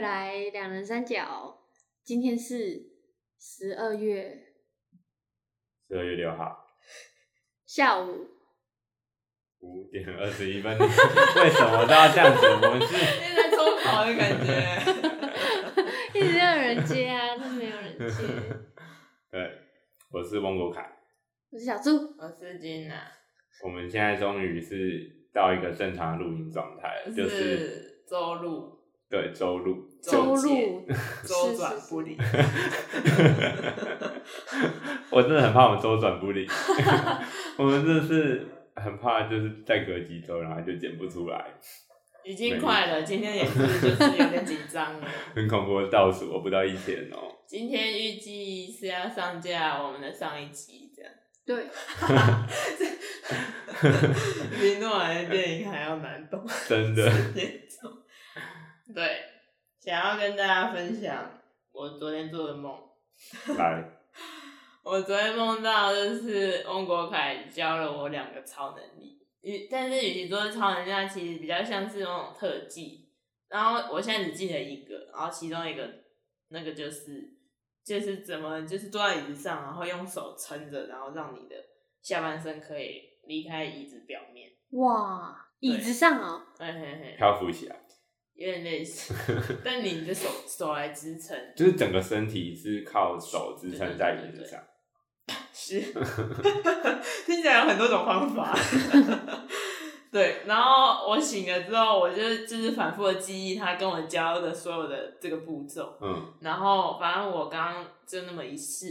来两人三角，今天是十二月十二月六号下午，五点二十一分， 为什么都要这样子？我们是现在中考的感觉。一直要有人接啊，但没有人接。对，我是翁国凯。我是小猪， 我是君娜，我们现在终于是到一个正常的录音状态了，就是是周六对周录， 周姐路 周转不离。我真的很怕我们周转不灵，我们真的是很怕，就是再隔几周然后就剪不出来，已经快了，今天也是就是有点紧张了。很恐怖的倒数，我不到一天哦、今天预计是要上架我们的上一集，这样对，比诺兰的电影还要难懂。真的那种。对，想要跟大家分享我昨天做的梦。来，我昨天梦到就是翁国凯教了我两个超能力，与但是与其说是超能力，它其实比较像是那种特技。然后我现在只记得一个，然后其中一个那个就是就是怎么就是坐在椅子上，然后用手撑着，然后让你的下半身可以离开椅子表面。哇，椅子上哦，嘿嘿嘿，漂浮起来，有点类似，但你的手手来支撑，就是整个身体是靠手支撑在椅子上，是， 听起来有很多种方法。 对，然后我醒了之后，我就就是反复的记忆他跟我教的所有的这个步骤，嗯，然后反正我刚刚就那么一试，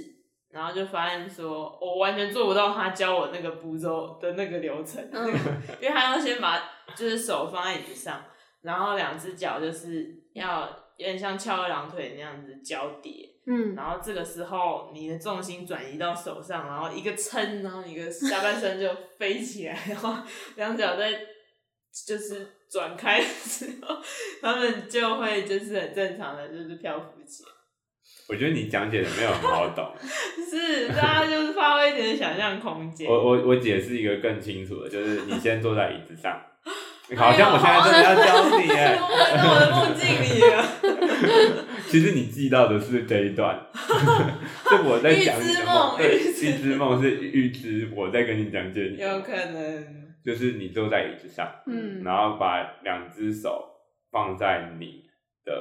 然后就发现说我完全做不到他教我那个步骤的那个流程， 嗯因为他要先把就是手放在椅子上，然后两只脚就是要有点像翘二郎腿那样子交叠，嗯，然后这个时候你的重心转移到手上，然后一个撑，然后你的下半身就飞起来，然后两脚在就是转开的时候，他们就会就是很正常的，就是漂浮起来。我觉得你讲解的没有很好懂，是，大家就是发挥一点想象空间。我我我解释一个更清楚的，就是你先坐在椅子 上，好像我现在真的要教你耶，我回到我的梦境里了，其实你记到的是这 一段，是我在讲你预知的梦对， 预知预知梦是预知我在跟你讲解你的有梦，可能就是你坐在椅子上，嗯然后把两只手放在你的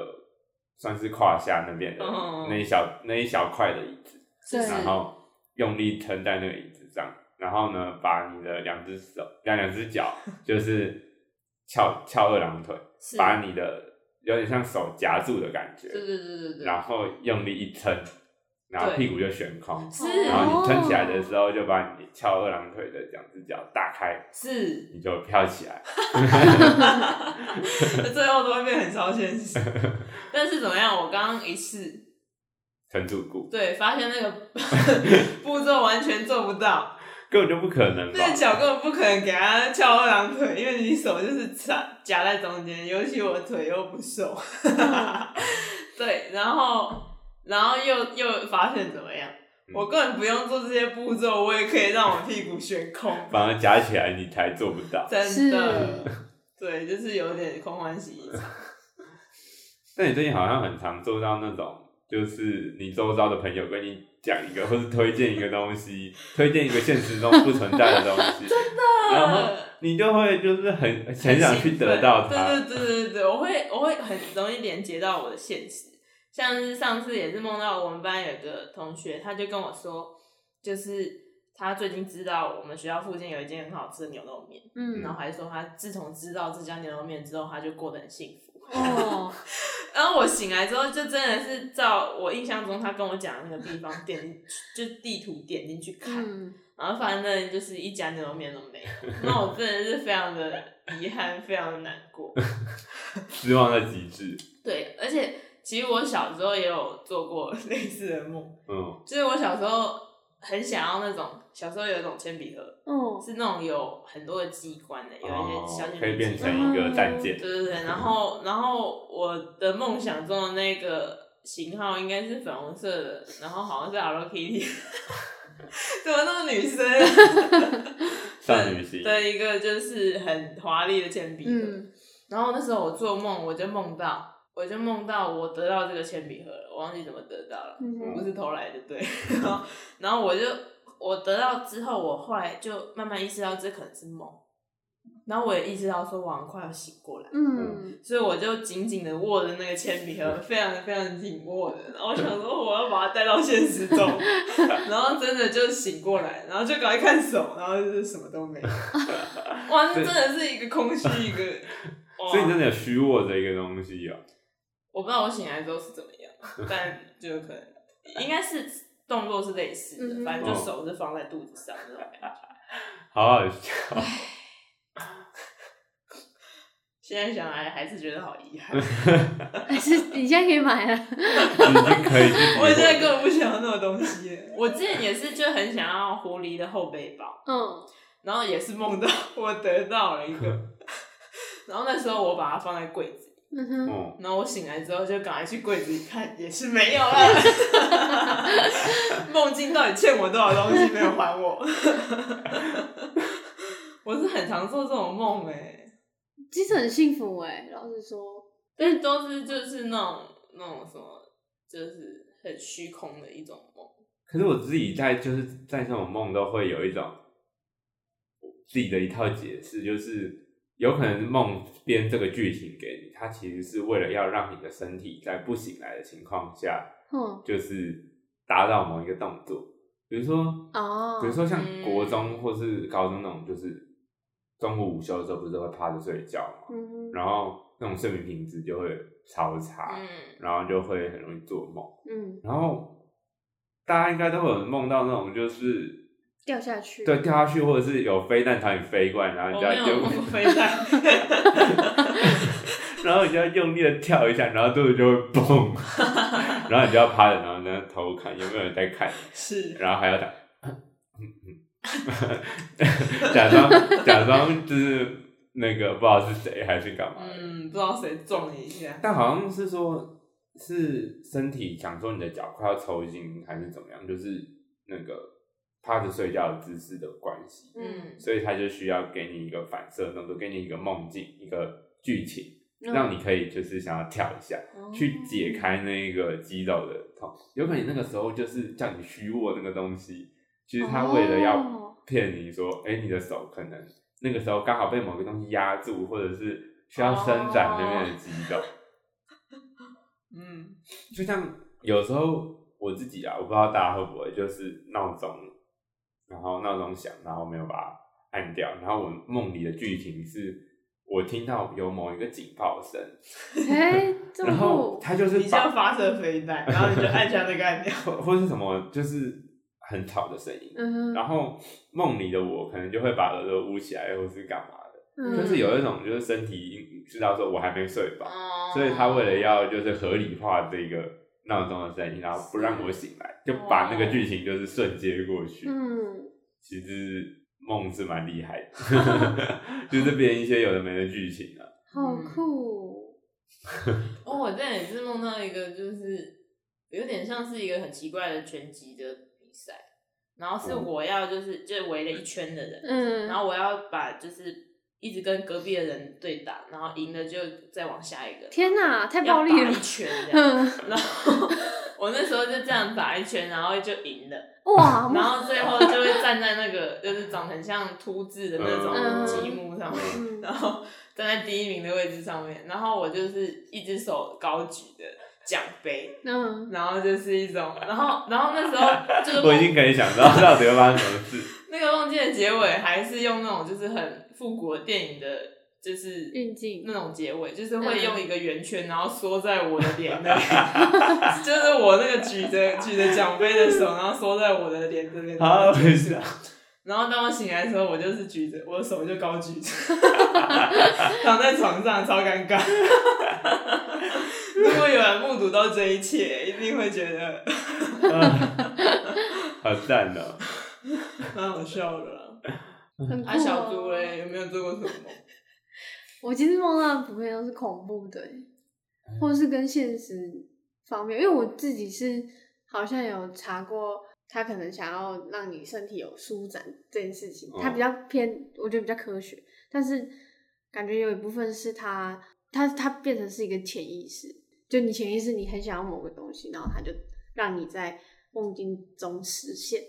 算是胯下那边的、嗯那一小那一小块的椅子，对然后用力撑在那个椅子上，然后呢，把你的两只手两两 只脚就是翘翘二郎腿，是，把你的有点像手夹住的感觉，对对对对对，然后用力一撑，然后对屁股就悬空，是哦然后你撑起来的时候就把你翘二郎腿的两只脚打开，是，你就飘起来。最后都会变很超现 实。但是怎么样，我刚刚一试。撑住骨，对，发现那个 步骤完全做不到，根本就不可能吧？那个脚根本不可能给他翘二郎腿，因为你手就是夹夹在中间，尤其我腿又不 瘦，对，然后然后又又发现怎么样？嗯我根本不用做这些步骤，我也可以让我屁股悬 空，反而夹起来你才做不到。真是的，对，就是有点空欢喜一场。那你最近好像很常做到那种，就是你周遭的朋友跟你讲一个，或是推荐一个 东西，推荐一个现实中不存在的东西，真的，然后你就会就是很很想去得到它。对对对对对，我会我会很容易连接到我的现实，像是上次也是梦到我们班有个同学，他就跟我说，就是他最近知道我们学校附近有一间很好吃的牛肉面，嗯然，后还说他自从知道这家牛肉面之后，他就过得很幸福。哦，然后我醒来之后，就真的是照我印象中他跟我讲的那个地方点进去，就地图点进去看，嗯，然后反正就是一家牛肉面都没有，那我真的是非常的遗憾，非常的难过。失望到极致。对，而且其实我小时候也有做过 类似的梦，嗯，就是我小时候很想要那种，小时候有一种铅笔盒，哦，是那种有很多的机关的，有一哦些小铅笔机关、可以变成一个战舰嗯对，对对，然后然后我的梦想中的那个型号应该是粉红色的，然后好像是 Hello Kitty，怎么那么女生 少女心。的一个就是很华丽的铅笔盒。 嗯，然后那时候我做梦，我就梦到我就梦到我得到这个铅笔盒了，我忘记怎么得到了，嗯不是偷来的，对。然后，然后我就我得到之后，我后来就慢慢意识到这可能是梦，然后我也意识到说我好像快要醒过来，嗯，所以我就紧紧的握着那个铅笔盒，非常非常紧握的。然后我想说我要把它带到现实中，然后真的就醒过来，然后就赶快看手，然后就是什么都没有。哇，那真的是一个空虚，一个。哇所以你真的有虚握着一个东西哦、我不知道我醒来之后是怎么样，但就有可能应该是动作是类似嗯的，反正就手是放在肚子上那种感觉。好好 笑。现在想来还是觉得好遗憾，还嗯是你现在可以买了，你已经可以自己我现在根本不想要那种东西耶。我之前也是就很想要狐狸的后背包，嗯，然后也是梦到 我得到了一个，然后那时候我把它放在柜子里，嗯哼，嗯，然后我醒来之后就赶快去柜子里看，也是 没有了。梦境到底欠我多少东西没有还我？ 我是很常做这种梦哎、其实很幸福哎、老实说，但是都是就是那种那种什么，就是很虚空的一种梦。可是我自己在就是在这种梦都会有一种自己的一套解释，就是有可能梦编这个剧情给你，它其实是为了要让你的身体在不醒来的情况下，哼，就是达到某一个动作，比如说哦，比如说像嗯国中或是高中那种，就是中午午休的时候不是会趴着睡觉嘛，嗯哼，然后那种睡眠品质就会超差，嗯，然后就会很容易做梦。嗯，然后大家应该都会有梦到那种就是掉下去，对，掉下去，或者是有飞弹朝你飞过来，然我后你就没要有梦过 用，飞弹，然后你就要用力的跳一下，然后肚子就会 蹦，然后你就要趴着，然后在那偷看有没有人在看你， 是然后还要打， 假装假装就是那个不知道是谁还是干嘛的，嗯，不知道谁撞你一下。但好像是说，是身体想说你的脚快要抽筋还是怎么样，就是那个趴着睡觉的姿势的关系，嗯，嗯，所以他就需要给你一个反射动作，给你一个梦境，一个剧情，嗯让你可以就是想要跳一下，嗯去解开那个肌肉的痛。有可能那个时候就是叫你虚握那个东西，其实他为了哦要骗你说，哎、你的手可能那个时候刚好被某个东西压住，或者是需要伸展那边的肌肉。嗯，就像有时候我自己啊，我不知道大家会不会，就是闹钟，然后闹钟响，然后没有把它按掉，然后我梦里的剧情是我听到有某一个警报声，哎、这然么后酷，它就是你是要发射飞弹，然后你就按下那个按钮。 或或是什么，就是很吵的声音。嗯哼，然后梦里的我可能就会把耳朵捂起来，或是干嘛的，嗯就是有一种就是身体知道说我还没睡饱，哦 所以他为了要就是合理化这个闹钟的声音，然后不让我醒来，就把那个剧情就是瞬间过去。哦嗯，其实梦是蛮厉害的， 就是编一些有的没的剧情 啊。好酷，哦，我之前也是梦到一个，就是有点像是一个很奇怪的拳击的比赛，然后是嗯我要就是就围了一圈的人，嗯，然后我要把就是一直跟隔壁的人对打，然后赢了就再往下一个，天哪，太要暴力打了一，圈这样，嗯，然后我那时候就这样打一圈，然后就赢了，嗯哇，然后最后就会站在那个就是长得很像秃子的那嗯种积木上面。嗯然后站在第一名的位置上面，然后我就是一只手高举的奖杯，嗯，然后就是一种，然后然后那时候就是我已经可以想到到底会发生什么事。 那个梦境的结尾还是用那种就是很复古的电影的，就是运镜嗯那种结尾，就是会用一个圆圈，然后缩在我的脸那里， 就是我那个举着举着奖杯的手，然后缩在我的脸这边。好好笑。然后当我醒来的时候，我就是举着，我的手就高举着， 躺在床上超尴尬。 如果有人目睹到这一切，一定会觉得 好赞哦、蛮好笑的啦。嗯很酷、哦啊，小猪，嘞，有没有做过什么梦？ 我其实梦到的普遍都是恐怖的、欸，或是跟现实方面，因为我自己是好像有查过，他可能想要让你身体有舒展这件事情，哦他比较偏，我觉得比较科学，但是感觉有一部分是他，他他变成是一个潜意识，就你潜意识你很想要某个东西，然后它就让你在梦境中实现，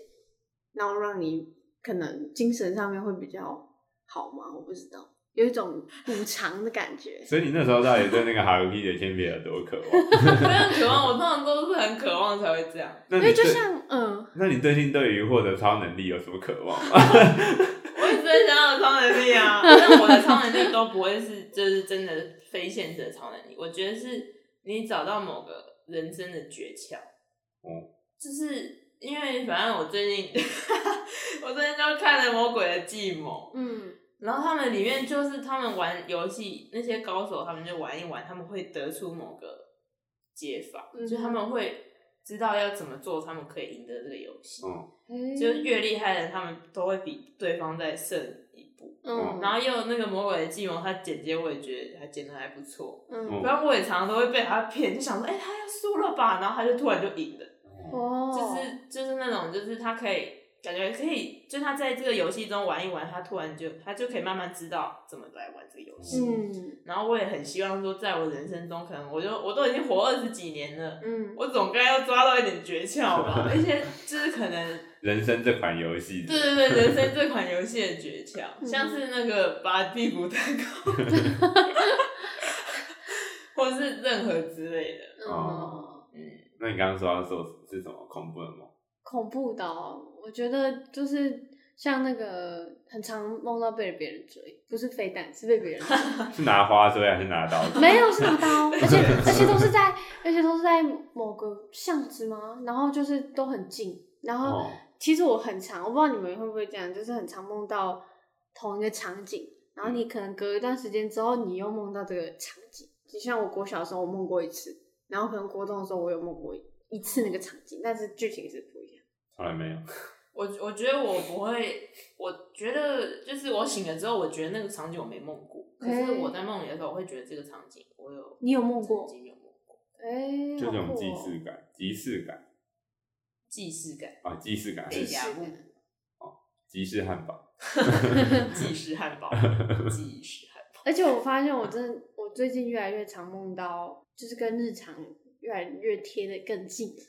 然后让你可能精神上面会比较好吗？我不知道，有一种补偿的感觉。所以你那时候到底对那个 Hello Kitty 的铅笔有多渴望？ 没有渴望，我通常都是很渴望才会这样。那因你为就 对，像嗯，那你最近对于获得超能力有什么渴望吗？ 我一直在想要有超能力啊，但我的超能力都不会是就是真的非现实的超能力，我觉得是你找到某个人生的诀窍。嗯，就是因为反正我最近 我最近就看了《魔鬼的计谋》，嗯，然后他们里面就是他们玩游戏那些高手，他们就玩一玩，他们会得出某个解法，嗯就他们会知道要怎么做，他们可以赢得这个游戏。嗯，就是越厉害的人，他们都会比对方再胜一步。嗯，然后又有那个魔鬼的计谋，他剪接我也觉得他剪的还不错。哦嗯不然我也常常都会被他骗，就想说，哎、他要输了吧，然后他就突然就赢了。哦，就是就是那种，就是他可以感觉可以，就他在这个游戏中玩一玩，他突然就他就可以慢慢知道怎么来玩这个游戏。嗯然后我也很希望说，在我人生中，可能我就我都已经活二十几年了，嗯，我总该要抓到一点诀窍吧，而且就是可能人生这款游戏，对对对，人生这款游戏的诀窍，嗯像是那个拔屁股蛋 糕，或是任何之类的。嗯哦，那你刚刚说要说是什么恐怖的梦？恐怖的、哦，我觉得就是像那个很常梦到被别人追，不是飞弹，是被别人追。是拿花追还是拿刀？ 没有是拿 刀，而且而且都是在，而且都是在某个巷子嘛，然后就是都很近，然后、哦，其实我很常，我不知道你们会不会这样，就是很常梦到同一个场景，然后你可能隔一段时间之后，你又梦到这个场景。就像我国小的时候，我梦过一次，然后可能国中的时候，我有梦过一次那个场景，但是剧情是不一样。从来没有。我我觉得我不会，我觉得就是我醒了之后，我觉得那个场景我没梦过，可是嗯我在梦里的时候，我会觉得这个场景我有，你有梦过曾经有梦过，哎、就好这种酷既哦视感，即视感既视感， 啊，即视感既是视感即视汉堡，既视汉 堡，既视汉堡，而且我发现，我真的，我最近越来越常梦到，就是跟日常越来越贴的更近。啊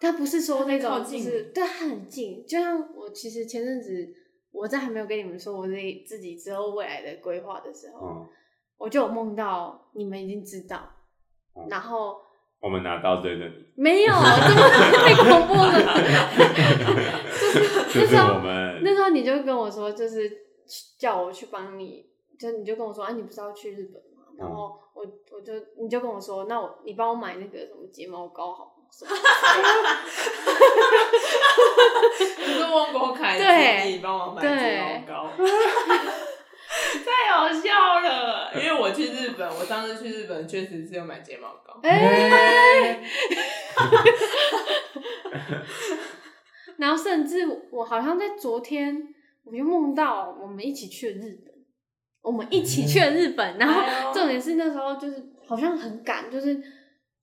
它不是说那靠种，就近是对它很近。就像我其实前阵子，我在还没有跟你们说我自己自己之后未来的规划的时候，嗯，我就有梦到你们已经知道，嗯然后我们拿刀追着你，没有，真的 太恐怖了， 就是那就是时候我们 那时候你就跟我说，就是去叫我去帮你，就你就跟我说啊，你不是要去日本吗？然嗯后我我就你就跟我说，那我你帮我买那个什么睫毛膏好吗？什么 就是孟国凯对请你帮我买对，睫毛膏， 太好笑了。因为我去日本，我上次去日本确实是有买睫毛膏哎， 然后甚至我好像在昨天，我就梦到我们一起去了日本，我们一起去了日本，然后 哎呦重点是那时候就是好像很赶，就是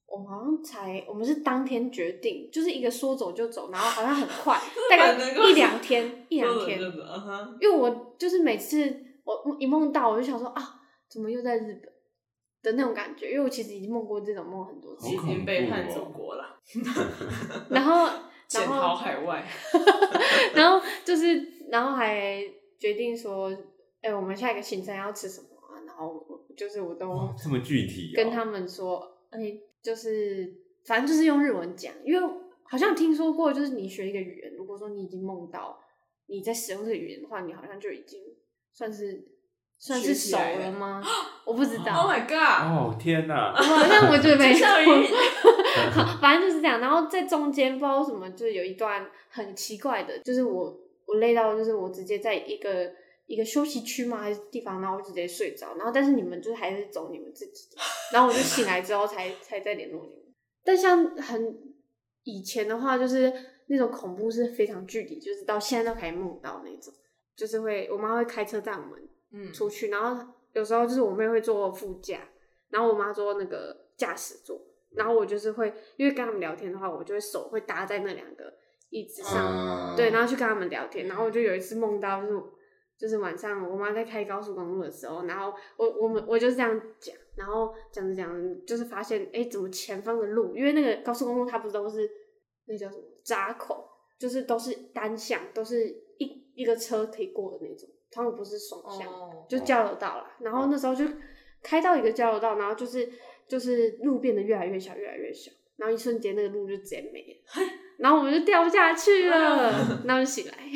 我们好像才我们是当天决定，就是一个说走就走，然后好像很 快，大概能够一两天，一两天真，的，真的嗯哼，因为我就是每次我一梦到，我就想说啊，怎么又在日本的那种感觉，因为我其实已经梦过这种梦很多次好，已恐怖经背叛哦祖国了，然后潜然逃后海外。然后就是然后还决定说，哎、我们下一个行程要吃什么啊？然后我就是我都哇这么具体哦，跟他们说，哎、就是反正就是用日文讲，因为好像听说过，就是你学一个语言，如果说你已经梦到你在使用这个语言的话，你好像就已经算是算是学起熟来了了吗？我不知 Oh 道， my god！哦天哪，好像我觉得 没就像错于好， 反正就是这样。然后在中间不知道为什么，就是有一段很奇怪的，就是我我累到，就是我直接在一个一个休息区嘛还是地方，然后我就直接睡着。然后但是你们就是还是走你们自己的，然后我就醒来之后才才再联络你们。但像很以前的话，就是那种恐怖是非常具体，就是到现在都可以梦到那种，就是会我妈会开车载我们嗯，出去，然后有时候就是我妹会坐副驾，然后我妈坐那个驾驶座，然后我就是会因为跟他们聊天的话，我就会手会搭在那两个椅子上，嗯对，然后去跟他们聊天，然后我就有一次梦到就是就是晚上我妈在开高速公路的时候，然后我我们我就是这样讲，然后讲着讲着，就是发现哎，诶怎么前方的路？因为那个高速公路它不是都是那叫什么闸口，就是都是单向，都是一一个车可以过的那种，他们不是双向。哦，就交流道啦。然后那时候就开到一个交流道，然后就是就是路变得越来越小，越来越小，然后一瞬间那个路就直接没了，然后我们就掉下去了，然后就醒来，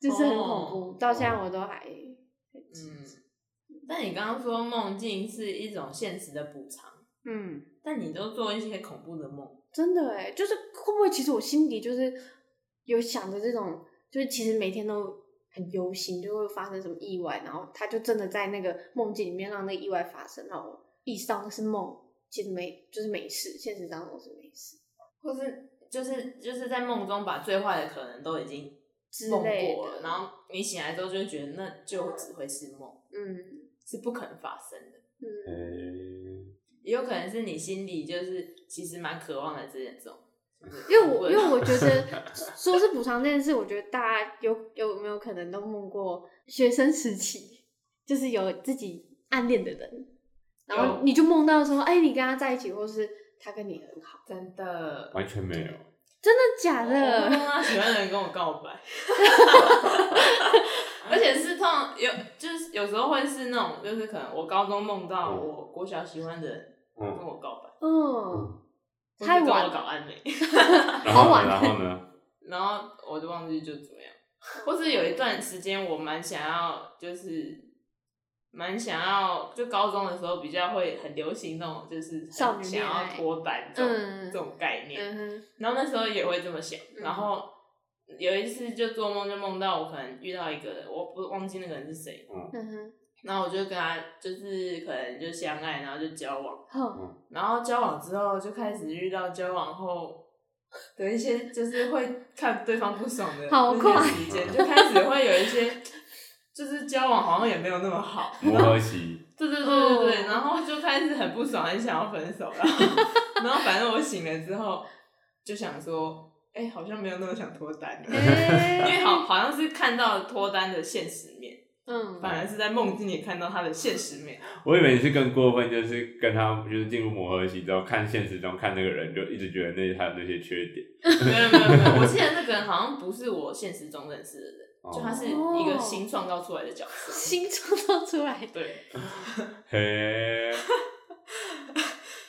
就是很恐怖。到现在我都还嗯。但你刚刚说梦境是一种现实的补偿，嗯，但你都做一些恐怖的梦，真的哎，就是会不会其实我心底就是有想着这种，就是其实每天都。很忧心，就会发生什么意外，然后他就真的在那个梦境里面让那个意外发生，然后我意识到那是梦，其实没就是没事，现实当中是没事或是就是就是在梦中把最坏的可能都已经之梦类过了，的。然后你醒来之后就会觉得那就只会是梦，嗯是不可能发生的。哎、嗯，也有可能是你心里就是其实蛮渴望的这种，就是因为我因为我我觉得说是补偿这件事，我觉得大家有有没有可能都梦过学生时期，就是有自己暗恋的人，然后有你就梦到说，哎、你跟他在一起，或是他跟你很好，真的完全没有。真的假我的？梦到喜欢的人跟我告白， 而且是通常有就是有时候会是那种就是可能我高中梦到我国小喜欢的人跟嗯，我告白，嗯，或太是跟晚我搞暧昧，然后好晚呢？然后呢？ 然后我就忘记就怎么样，或是有一段时间我蛮想要就是。蛮想要，就高中的时候比较会很流行那种，就是很少女想恋爱要脱单这种、嗯这种概念。嗯哼，然后那时候也会这么想，嗯然后有一次就做梦，就梦到我可能遇到一个人，我不忘记那个人是谁，嗯哼，然后我就跟他就是可能就相爱，然后就交往，好，然后交往之后就开始遇到交往后的一些就是会看对方不爽的好那快些时间，就开始会有一些就是交往好像也没有那么好，磨合期，对对对对对，哦然后就开始很不爽，很想要分手，然后 然后反正我醒了之后就想说，哎、好像没有那么想脱单了， 因为哎好好像是看到脱单的现实面， 嗯，反而是在梦境里看到他的现实面， 我以为是更过分，就是跟他就是进入磨合期之后，看现实中看那个人，就一直觉得那他有那些缺点。没有没有没有，我记得那个人好像不是我现实中认识的人，哦就他是一个哦新创造出来的角色，新创造出来的，对， 嘿，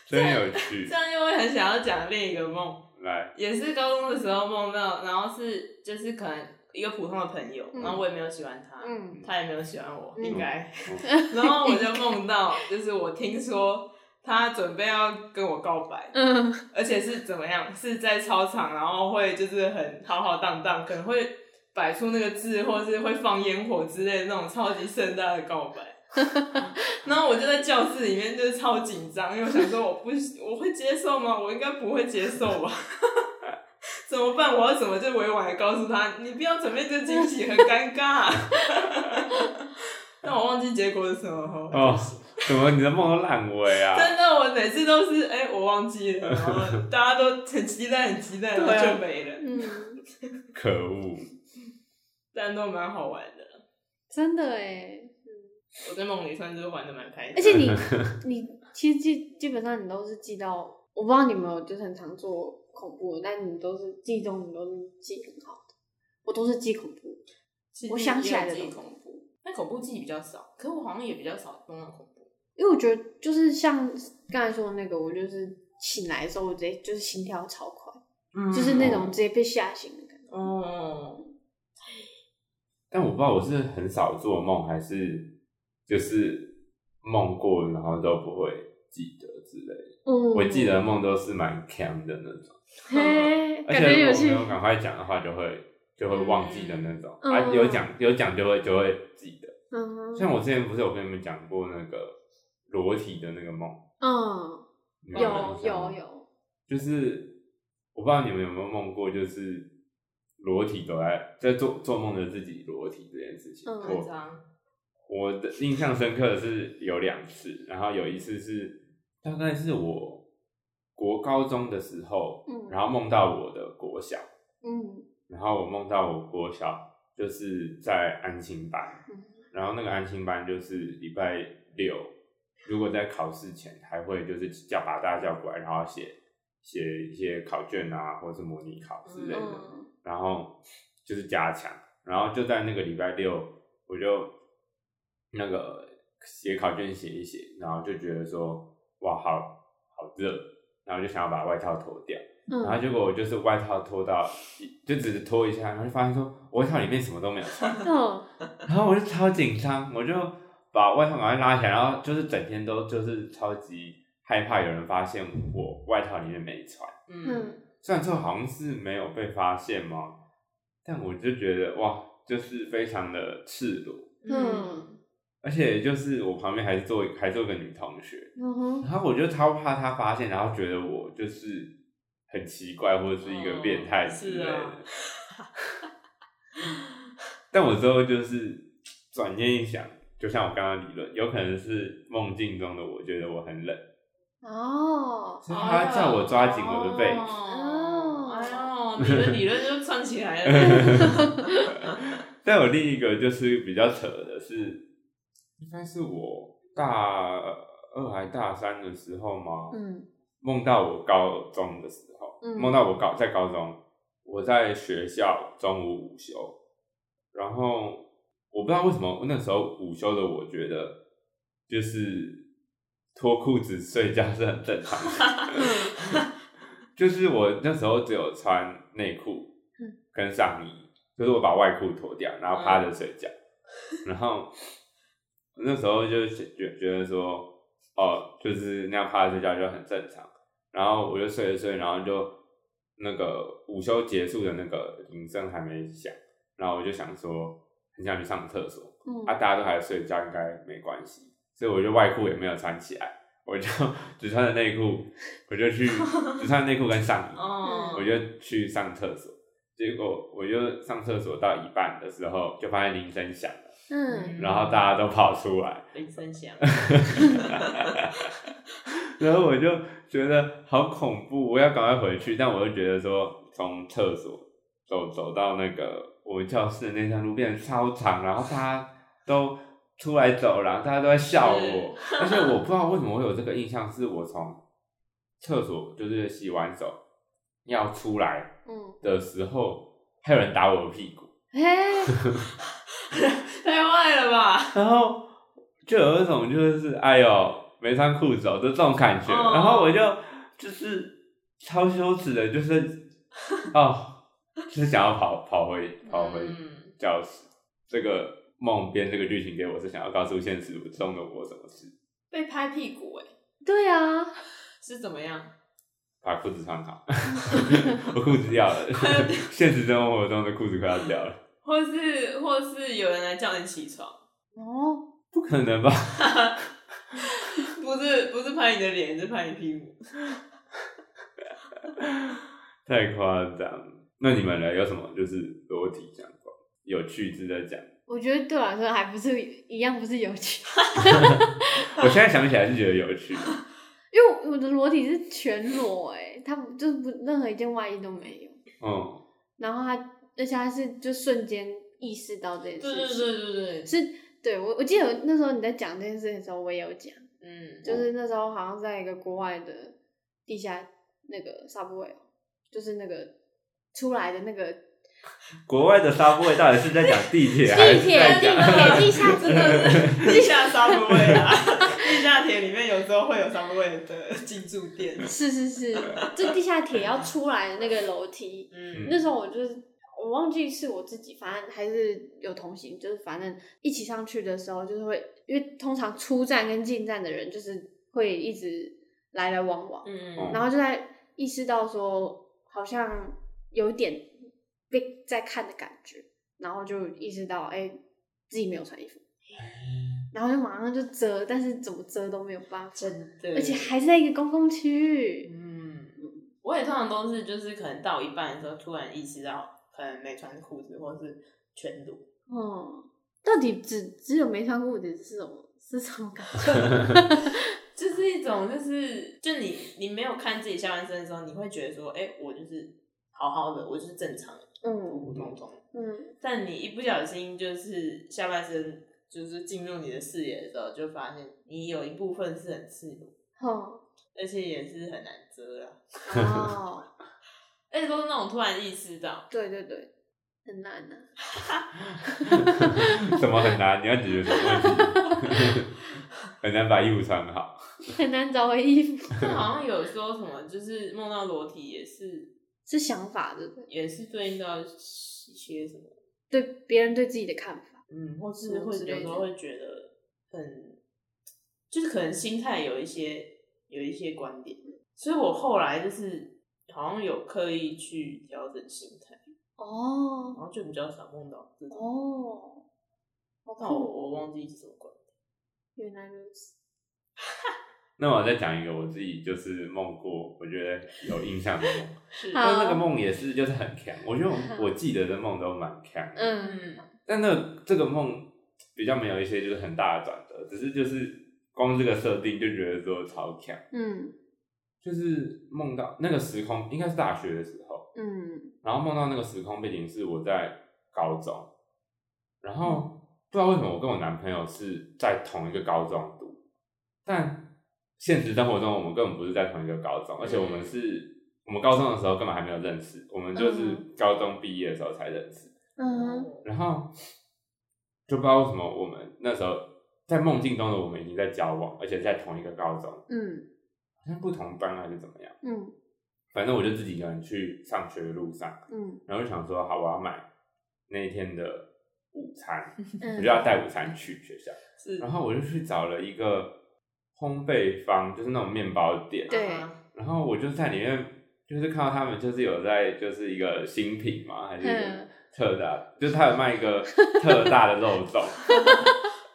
真有趣这。样又会很想要讲另一个梦。 来，也是高中的时候梦到，然后是就是可能一个普通的朋友，嗯然后我也没有喜欢他，嗯他也没有喜欢我，嗯应该。 嗯然后我就梦到，就是我听说他准备要跟我告白，嗯，而且是怎么样？是在操场，然后会就是很浩浩荡荡，可能会摆出那个字，或是会放烟火之类的那种超级盛大的告白。然后我就在教室里面就是超紧张，因为我想说我不我会接受吗？我应该不会接受吧？ 怎么办？我要怎么就委婉的告诉他，你不要准备这惊喜，很尴尬、 但我忘记结果是什么了哦，怎么你的梦都烂尾啊？真的，我每次都是哎、我忘记了，然后大家都很期待，很期待，然对啊后就没了，嗯，可恶！但都蛮好玩的。真的哎，我在梦里算是玩的蛮开心， 而且你你其实基基本上你都是记到，我不知道你有没有就是很常做恐怖的，但你都是记中，你都是记很好的。我都是记恐怖，其实我想起来的也有记忆都恐怖，但恐怖记忆比较少，可我好像也比较少碰到恐怖。因为我觉得就是像刚才说的那个，我就是醒来的时候，我直接就是心跳超快，嗯就是那种直接被吓醒的感觉。哦，但我不知道我是很少做梦，还是就是梦过然后都不会记得之类的。嗯，我记得梦都是蛮强的那种， 嘿，而感觉且有如果趣没。有赶快讲的话，就会就会忘记的那种。嗯啊，有讲有讲就会就会记得。嗯像我之前不是有跟你们讲过那个裸体的那个梦，嗯，你们有印象有，吗有，就是我不知道你们有没有梦过，就是裸体都在在做做梦的自己裸体这件事情。嗯哦很我脏，我的印象深刻的是有两次，然后有一次是大概是我国高中的时候，嗯然后梦到我的国小，嗯然后我梦到我国小就是在安亲班，嗯然后那个安亲班就是礼拜六，如果在考试前还会就是叫把大家叫过来，然后写写一些考卷啊，或是模拟考之类的，嗯，然后就是加强，然后就在那个礼拜六，我就那个写考卷写一写，然后就觉得说哇，好好热，然后就想要把外套脱掉，嗯然后结果我就是外套脱到就只是脱一下，然后就发现说我外套里面什么都没有穿， 嗯，然后我就超紧张，我就把外套赶快拉起来，然后就是整天都就是超级害怕有人发现我外套里面没穿。嗯，嗯虽然说好像是没有被发现嘛，但我就觉得哇，就是非常的赤裸，嗯而且就是我旁边还是坐还坐个女同学，嗯哼，然后我就超怕她发现，然后觉得我就是很奇怪或者是一个变态之类的。哦但我之后就是转念一想，就像我刚刚理论，有可能是梦境中的我觉得我很冷，哦，所以他叫我抓紧我的被子。哦哦哎呦，你的理论就串起来 了。 但有另一个就是比较扯的是，应该是我大二还大三的时候吗？嗯梦到我高中的时候，嗯梦到我高在高中，我在学校中午午休，然后我不知道为什么那时候午休的我觉得就是脱裤子睡觉是很正常的，就是我那时候只有穿内裤嗯跟上衣，就是我把外裤脱掉，然后趴着睡觉，然后那时候就觉觉得说哦，就是那样趴着睡觉就很正常。然后我就睡着睡，然后就那个午休结束的那个铃声还没响，然后我就想说很想去上厕所，嗯啊，大家都还在睡觉，应该没关系，所以我就外裤也没有穿起来，我就只穿着内裤，我就去只穿内裤跟上衣，哦，我就去上厕所。结果我就上厕所到一半的时候，就发现铃声响了，嗯然后大家都跑出来，铃声响，然后我就觉得好恐怖，我要赶快回去。但我又觉得说，从厕所走走到那个我们教室的那条路变得超长，然后大家都出来走廊，大家都在笑我，而且我不知道为什么会有这个印象，是我从厕所就是洗完手要出来嗯，的时候，还有人打我的屁股，嘿，太坏了吧？然后就有一种就是哎呦没穿裤子哦，就这种感觉。哦然后我就就是超羞耻的，就是哦，就是想要跑跑回跑回嗯教室。这个梦编这个剧情给我是想要告诉现实中的我什么事，被拍屁股哎，对啊，是怎么样？把裤子穿好， 我裤子掉了， 现实生活中的裤子快要掉了，或是或是有人来叫你起床， 哦，不可能吧？不是不是拍你的脸，是拍你屁股。太夸张了。那你们呢？有什么就是裸体相关有趣值得讲？我觉得对我来说还不是一样，不是有趣， 我现在想起来是觉得有趣，因为我的裸体是全裸、欸，哎，它不就是不任何一件外衣都没有，嗯，然后它而且它是就瞬间意识到这件对事情，对对对对，嗯是对我我记得有那时候你在讲这件事情的时候，我也有讲，嗯，就是那时候好像在一个国外的地下那个 subway，就是哦那个出来的那个国外的沙波味到底是在讲地铁还地是在铁、地讲？铁、地下真的 是地下沙布味啊！地下铁里面有时候会有沙布味的进驻店。是是是，就地下铁要出来的那个楼梯，嗯那时候我就是我忘记是我自己，反正还是有同行，就是反正一起上去的时候，就是会因为通常出站跟进站的人就是会一直来来往往，嗯然后就在意识到说好像有点被在看的感觉，然后就意识到哎、自己没有穿衣服，哎然后就马上就遮，但是怎么遮都没有办法，真的，而且还是在一个公共区域，嗯，我也通常都是就是可能到一半的时候突然意识到可能没穿裤子或是全裸，嗯，到底只只有没穿裤子是什么是什么感觉？ 就是一种就是就你你没有看自己下半身的时候，你会觉得说，哎、我就是好好的，我就是正常的，普嗯普通通。嗯但你一不小心就是下半身就是进入你的视野的时候，就发现你有一部分是很赤裸，哼，而且也是很难遮啊啦，哦，而且都是那种突然意识 到，对对对，很难啊的、什么很难？你要解决什么问题？ 很难把衣服穿好。很难找回衣服， 但好像有说什么，就是梦到裸体也是是想法对不对？也是对应到一些什么，对别人对自己的看法，嗯，或什是么会之有类时的候会觉得很，就是可能心态有一些有一些观点，所以我后来就是好像有刻意去调整心态，然哦后就比较少梦到这种，哦，好但我酷，哦我忘记是什么观点，原来如此，那我再讲一个我自己就是梦过，我觉得有印象的梦，好是但是那个梦也是就是很强，我觉得我我记得的梦都蛮强。嗯嗯，嗯，但那个这个梦比较没有一些就是很大的转折，只是就是光这个设定就觉得说超强，嗯就是梦到那个时空应该是大学的时候，嗯，然后梦到那个时空背景是我在高中，然后不知道为什么我跟我男朋友是在同一个高中读，但现实生活中我们根本不是在同一个高中，而且我们是。我们高中的时候根本还没有认识，我们就是嗯高中毕业的时候才认识。嗯，然后就不知道为什么我们那时候在梦境中的我们已经在交往，而且在同一个高中，好嗯像不同班还是怎么样。嗯反正我就自己一个人去上学的路上， 嗯然后就想说，好，我要买那一天的午餐，我嗯，就要带午餐去学校。是，然后我就去找了一个烘焙坊，就是那种面包店。对啊然后我就在里面，就是看到他们就是有在就是一个新品嘛，还是一个嗯特大，就是他有卖一个特大的肉 粽，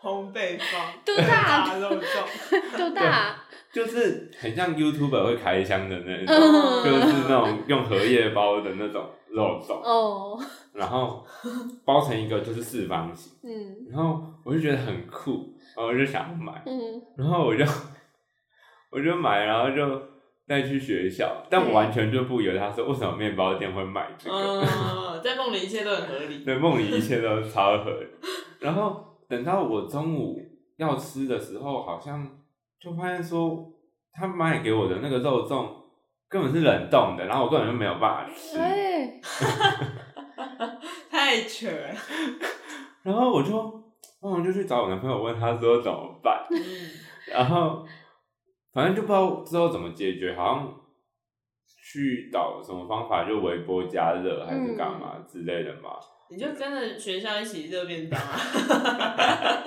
烘焙坊，多大大肉粽，多嗯大？ 就是很像 YouTuber 会开箱的那 种，嗯 就是那种用荷叶包的那种肉粽，哦，然后包成一个就是四方形，嗯然后我就觉得很酷，然后我就想买，嗯然后我就我就买，然后就带去学校，但我完全就不以为他说为什么面包店会卖这 个。嗯，在梦里一切都很合理， 对，梦里一切都超合理。然后等到我中午要吃的时候，好像就发现说，他买给我的那个肉粽根本是冷冻的，然后我根本就没有办法吃。哎，太扯了，然后我就，然后我就去找我男朋友问他说怎么办，嗯然后反正就不知道之后怎么解决，好像。去找什么方法，就微波加热还是干嗯嘛之类的嘛？你就跟着学校一起热便 当啊，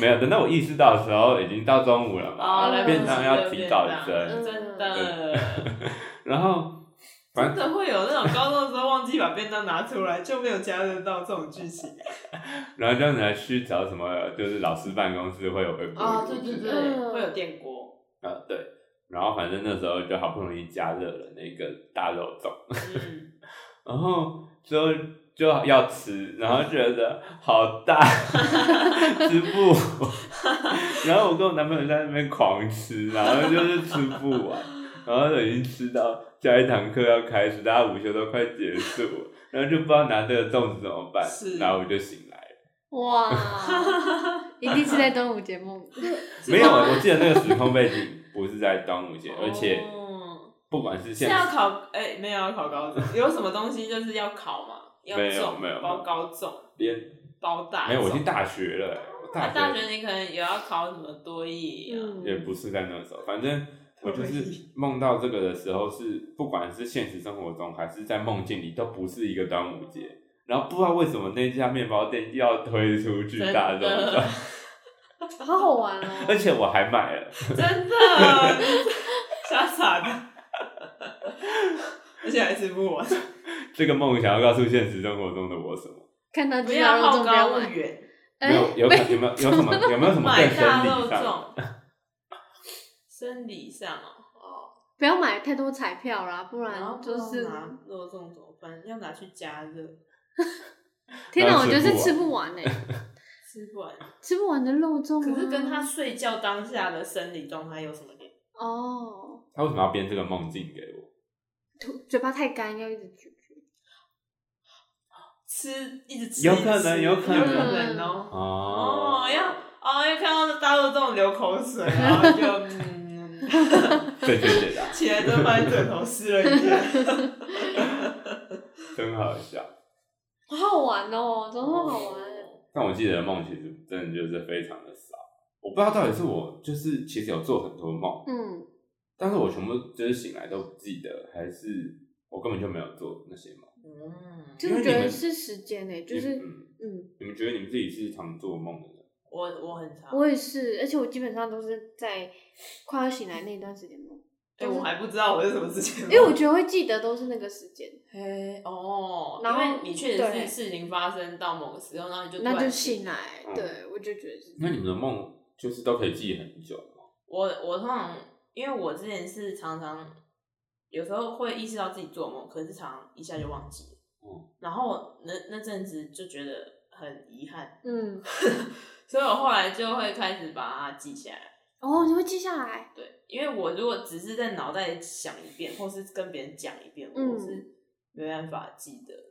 没有，等到我意识到的时候，已经到中午了嘛。哦，来不及便当要提早热便蒸当真的，然后真反的会有那种高中的时候忘记把便当拿出来，就没有加热到这种剧情。然后这样子来去找什么，就是老师办公室会有微波炉啊，对对之类对，的嗯会有电锅，啊对。然后反正那时候就好不容易加热了那个大肉粽， 嗯，然后之后就要吃，然后觉得好大， 吃不完。然后我跟我男朋友在那边狂吃，然后就是吃不完，然后已经吃到下一堂课要开始，大家午休都快结束了，然后就不知道拿这个粽子怎么办是，然后我就醒来了。 哇，一定是在端午节梦，没有，我记得那个时空背景不是在端午节，而且哦不管是是现要实，考，哎，没有要考高中，有什么东西就是要考嘛，要没有重没有包高中，连包大，没有，我进。大学了，我那啊大大学学你可能也要考什么多艺啊，嗯也不是在那时候，反正我就回是忆梦到这个的时候是，不管是现实生活中还是在梦境里，都不是一个端午节。然后不知道为什么那家面包店要推出巨大的真的肉粽，好好玩 而哎哦，且我还买了， 真的，傻傻的，而且还吃不完。这个梦想要告诉现实生活中的我什么？看到不鸡要肉粽好不高要骛买，远，没哎，有有可有没有有什么有没有什么买更大生肉理上？粽， 生理上哦，哦，不要买太多彩票啦，不然后然就不知是道拿肉粽怎么办？要拿去加热，天哪，然我后觉吃得是不完吃不完哎，吃不完。吃不完的肉粽啊，可是跟他睡觉当下的生理状态有什么联？哦，他为什么要编这个梦境给我？吐嘴巴太干要一直咀嚼，吃，一直吃，有一直可能吃有有可能能哦。哦，哦，要哦，要看到大陆这种流口水，然后就嗯， 对对对的，起来就把你枕头湿了一下。真好笑。好好玩哦，怎么那么好玩？但我记得梦其实真的就是非常的少，我不知道到底是我就是其实有做很多梦，嗯，但是我全部就是醒来都不记得，还是我根本就没有做那些梦。嗯， 就因为是你觉得们是时间呢、就是你嗯，嗯，你们觉得你们自己是常做梦的人？我我很常，我也是，而且我基本上都是在快要醒来那段时间梦，哎，我还不知道我是什么事情，哦因嗯为我觉得会记得都是那个时间，嘿哦，然后因为你确实对是事情发生到某个时候，然后你就突那就然醒来嗯。对，我就觉得是这那你样。们的梦就是都可以记很久吗？我我通常因为我之前是常常有时候会意识到自己做梦，可是常常一下就忘记了。嗯然后那那阵子就觉得很遗憾，嗯，所以我后来就会开始把它记下来。哦，你会记下来，对，因为我如果只是在脑袋里想一遍，或是跟别人讲一遍，嗯我是没办法记得的，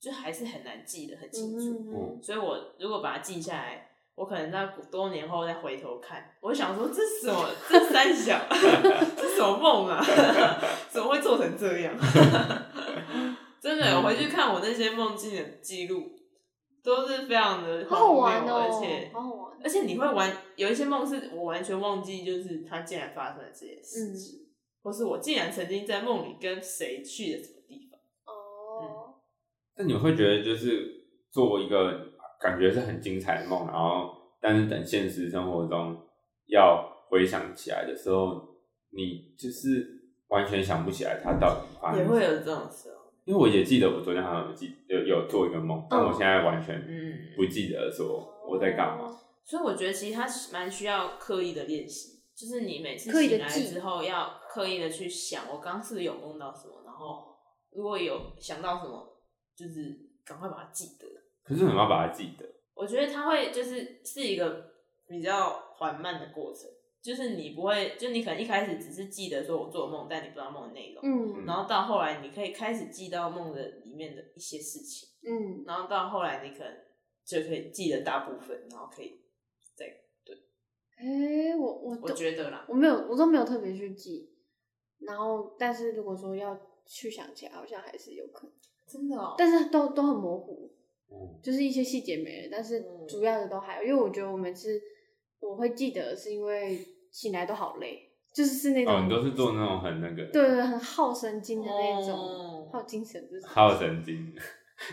就还是很难记得很清楚。哦嗯，所以我如果把它记下来，我可能在多年后再回头看，我想说这是什么？这三小， 这什么梦啊？ 怎么会做成这样？ 真的，我回去看我那些梦境的记录，都是非常的哦好好荒玩谬，而且哦，好好玩。而且你会玩有一些梦是我完全忘记，就是它竟然发生了这些嗯事情，或是我竟然曾经在梦里跟谁去了什么地方。嗯哦，那你们会觉得就是做一个感觉是很精彩的梦，然后但是等现实生活中要回想起来的时候，你就是完全想不起来它到底发生也什么。会有这种时候，因为我也记得我昨天好像有记有有做一个梦，但我现在完全嗯，不记得说我在干嘛。所以我觉得其实它是蛮需要刻意的练习，就是你每次刻意地醒来记之后要刻意的去想，我刚刚是不是有梦到什么，然后如果有想到什么，就是赶快把它记得。可是我要把它记得，我觉得它会就是是一个比较缓慢的过程，就是你不会，就你可能一开始只是记得说我做梦，但你不知道梦的内容，嗯然后到后来你可以开始记到梦的里面的一些事情，嗯，然后到后来你可能就可以记得大部分，然后可以再哎，我我我都觉得啦。我没有，我都没有特别去记。然后，但是如果说要去想起来，好像还是有可能，真的哦，但是都都很模糊，嗯，就是一些细节没了，但是嗯主要的都还有。因为我觉得我每次我会记得，是因为醒来都好累，就是是那种、哦，你都是做那种很那个，对，对很耗神经的那种，哦耗精神就是。还有神经，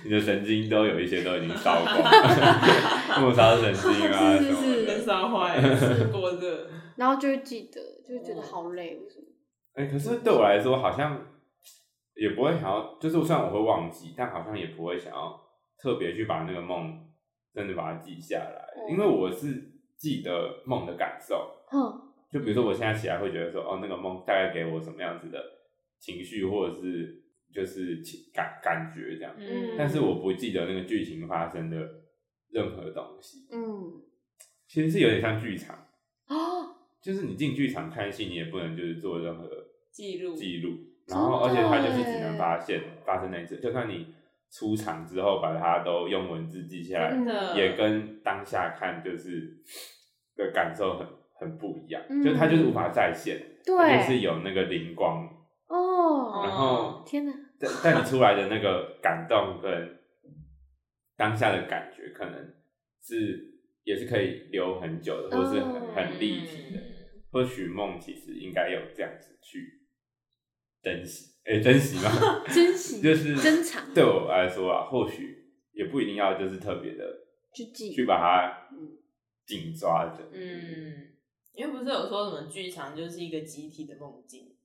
你的神经都有一些都已经 烧光了，末梢神经啊是什是么是的。人烧坏了，是过热。然后就会记得，就会嗯觉得好累，为什么？哎、可是对我来说好像也不会想要，就是虽然我会忘记，但好像也不会想要特别去把那个梦真的把它记下来，嗯因为我是记得梦的感受。哼，就比如说我现在起来会觉得说，哦，那个梦大概给我什么样子的情绪，或者是就是情感感觉这样，嗯但是我不记得那个剧情发生的任何东西，嗯，其实是有点像剧场，哦，就是你进剧场看戏，你也不能就是做任何记录记录，然后而真且的欸它就是只能耶发现发生那一次，就算你出场之后把它都用文字记下来，嗯真的也跟当下看就是 的感受很很不一样，嗯就它就是无法再现。一定是对，有那个灵光，哦，然后天哪，但但你出来的那个感动跟当下的感觉，可能是也是可以留很久的，或是很很立体的。嗯或许梦其实应该有这样子去珍惜，哎、珍惜吗？ 珍惜， 就是珍藏，对我来说啊，或许也不一定要就是特别的去记，嗯去把它紧抓着，嗯，因为不是有说什么剧场就是一个集体的梦境，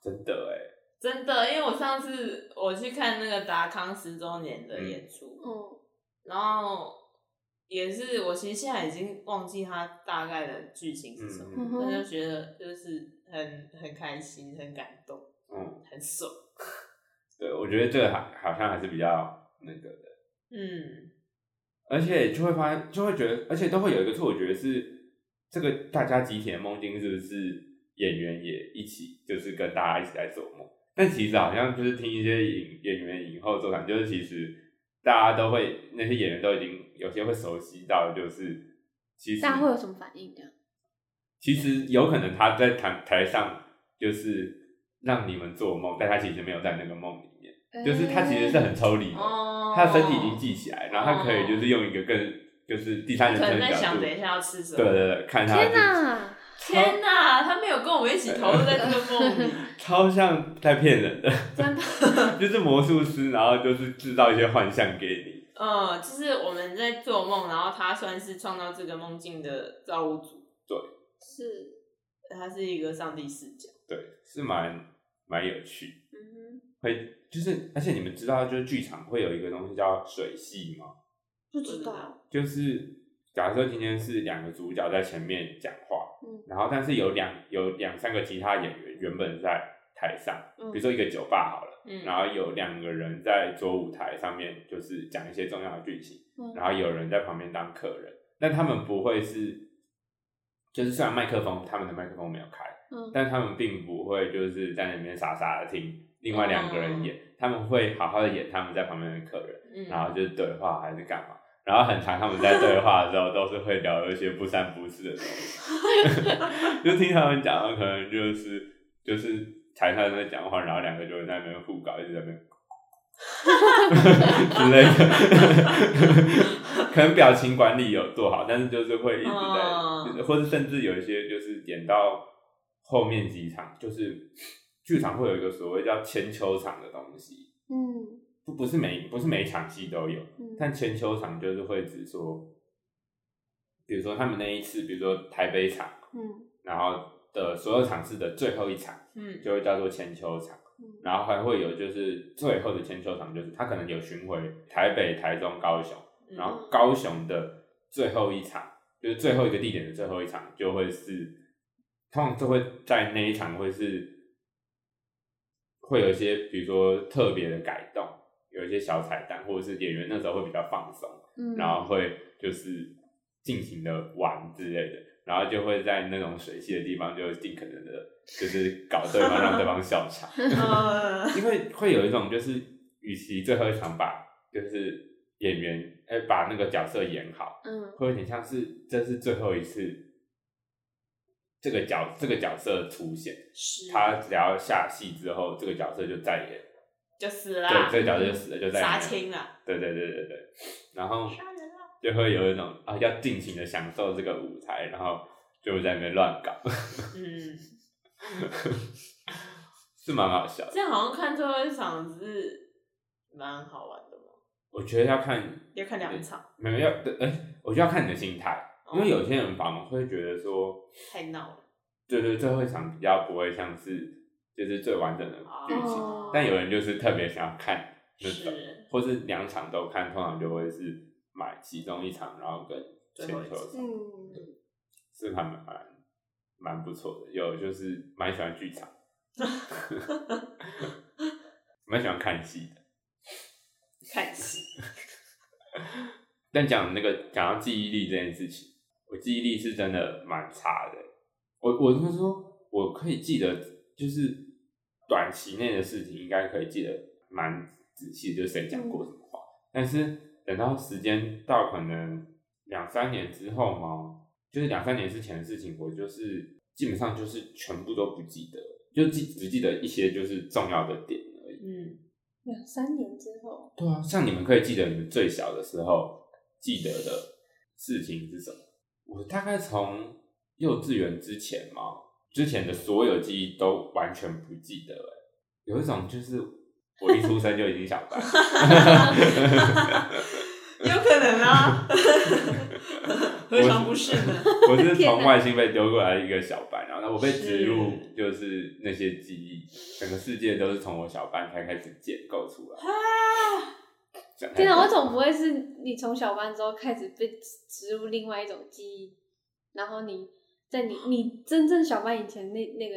真的哎、真的。因为我上次我去看那个达康十周年的演出，嗯哦，然后也是我其实现在已经忘记它大概的剧情是什么，嗯但就哼，觉得就是很很开心，很感动，嗯，很爽。对，我觉得这个好好像还是比较那个的。嗯，而且就会发现，就会觉得，而且都会有一个错觉是，这个大家集体的梦境是不是演员也一起，就是跟大家一起在做梦？但其实好像就是听一些演演员影后座谈，就是其实大家都会那些演员都已经有些会熟悉到，就是其实大家会有什么反应？这样其实有可能他在台台上就是让你们做梦，但他其实没有在那个梦里面，就是他其实嗯是很抽离的，哦，他的身体已经记起来，然后他可以就是用一个更就是第三可人称能的在角想度，等一对下要吃什么。对对，看他天自己哪，天哪，他没有跟我们一起投入在这个梦 里。超像在骗人的，真的 就是魔术师，然后就是制造一些幻象给你，嗯，就是我们在做梦，然后他算是创造这个梦境的造物主，是，他是一个上帝视角。对，是蛮蛮有趣的。嗯哼，会就是，而且你们知道，就是剧场会有一个东西叫水戏吗？不不知知道道，就是假设今天是两个主角在前面讲话，嗯然后但是有两有两三个其他演员原本在台上，嗯比如说一个酒吧好了，嗯，然后有两个人在桌舞台上面就是讲一些重要的剧情，嗯然后有人在旁边当客人，但他们不会是，就是虽然麦克风他们的麦克风没有开。嗯但他们并不会就是在那边傻傻的听另外两个人哦演，他们会好好的演他们在旁边的客人，嗯然后就是对话还是干嘛。然后很常他们在对话的时候都是会聊一些不三不四的东西， 就听他们讲，可能就是就是台上在讲话，然后两个就会在那边互搞，一直在那边 之类的， 可能表情管理有做好，但是就是会一直在，嗯就是或者甚至有一些就是演到后面几场，就是剧场会有一个所谓叫千秋场的东西，嗯不不是每不是每一场戏都有，嗯，但全球场就是会只说，比如说他们那一次，比如说台北场，嗯然后的所有场次的最后一场，嗯就会叫做千秋场。嗯然后还会有就是最后的千秋场，就是他可能有巡回台北、台中、高雄，嗯然后高雄的最后一场，就是最后一个地点的最后一场，就会是通常就会在那一场会是会有一些比如说特别的改动，有一些小彩蛋，或者是演员那时候会比较放松，嗯，然后会就是尽情的玩之类的，然后就会在那种水系的地方就尽可能的，就是搞对方，让对方笑 场。嗯因为会有一种就是，与其最后一场把就是演员哎、把那个角色演好，嗯会有点像是这是最后一次这个角这个角色出现，是他只要下戏之后，这个角色就再也就死啦对，这个角色就死了，就再也没啊杀有青啦，对对对对对，然后杀人啦，就会有一种啊要尽情的享受这个舞台，然后就会在那边乱搞， 嗯，是蛮好笑的。这样好像看最后一场是蛮好玩的嘛，我觉得要看要看两场，没有要哎、我觉得要看你的心态。因为哦有些人反而会觉得说，太闹了，对对，最后一场比较不会像是就是最完整的剧情，哦但有人就是特别想要看那种，是或是两场都看，通常就会是买其中一场，然后跟全球最后一场嗯是还蛮蛮蛮不错的，有就是蛮喜欢剧场，蛮喜欢看戏的。看戏，但讲那个讲到记忆力这件事情，我记忆力是真的蛮差的。我我就是说，我可以记得，就是短期内的事情，应该可以记得蛮仔细，就是谁讲过什么话。但是等到时间到可能两三年之后嘛，就是两三年之前的事情，我就是基本上就是全部都不记得，就记只记得一些就是重要的点而已。嗯，两三年之后，对啊，像你们可以记得你们最小的时候记得的事情是什么？我大概从幼稚园之前嘛，之前的所有记忆都完全不记得、欸，有一种就是我一出生就已经小班， 有可能啊，何尝不是 呢？我是从外星被丢过来一个小班，然后我被植入就是那些记忆，整个世界都是从我小班才开始建构出来。啊，天哪，我总不会是你从小班之后开始被植入另外一种记忆，然后你在你你真正小班以前那那个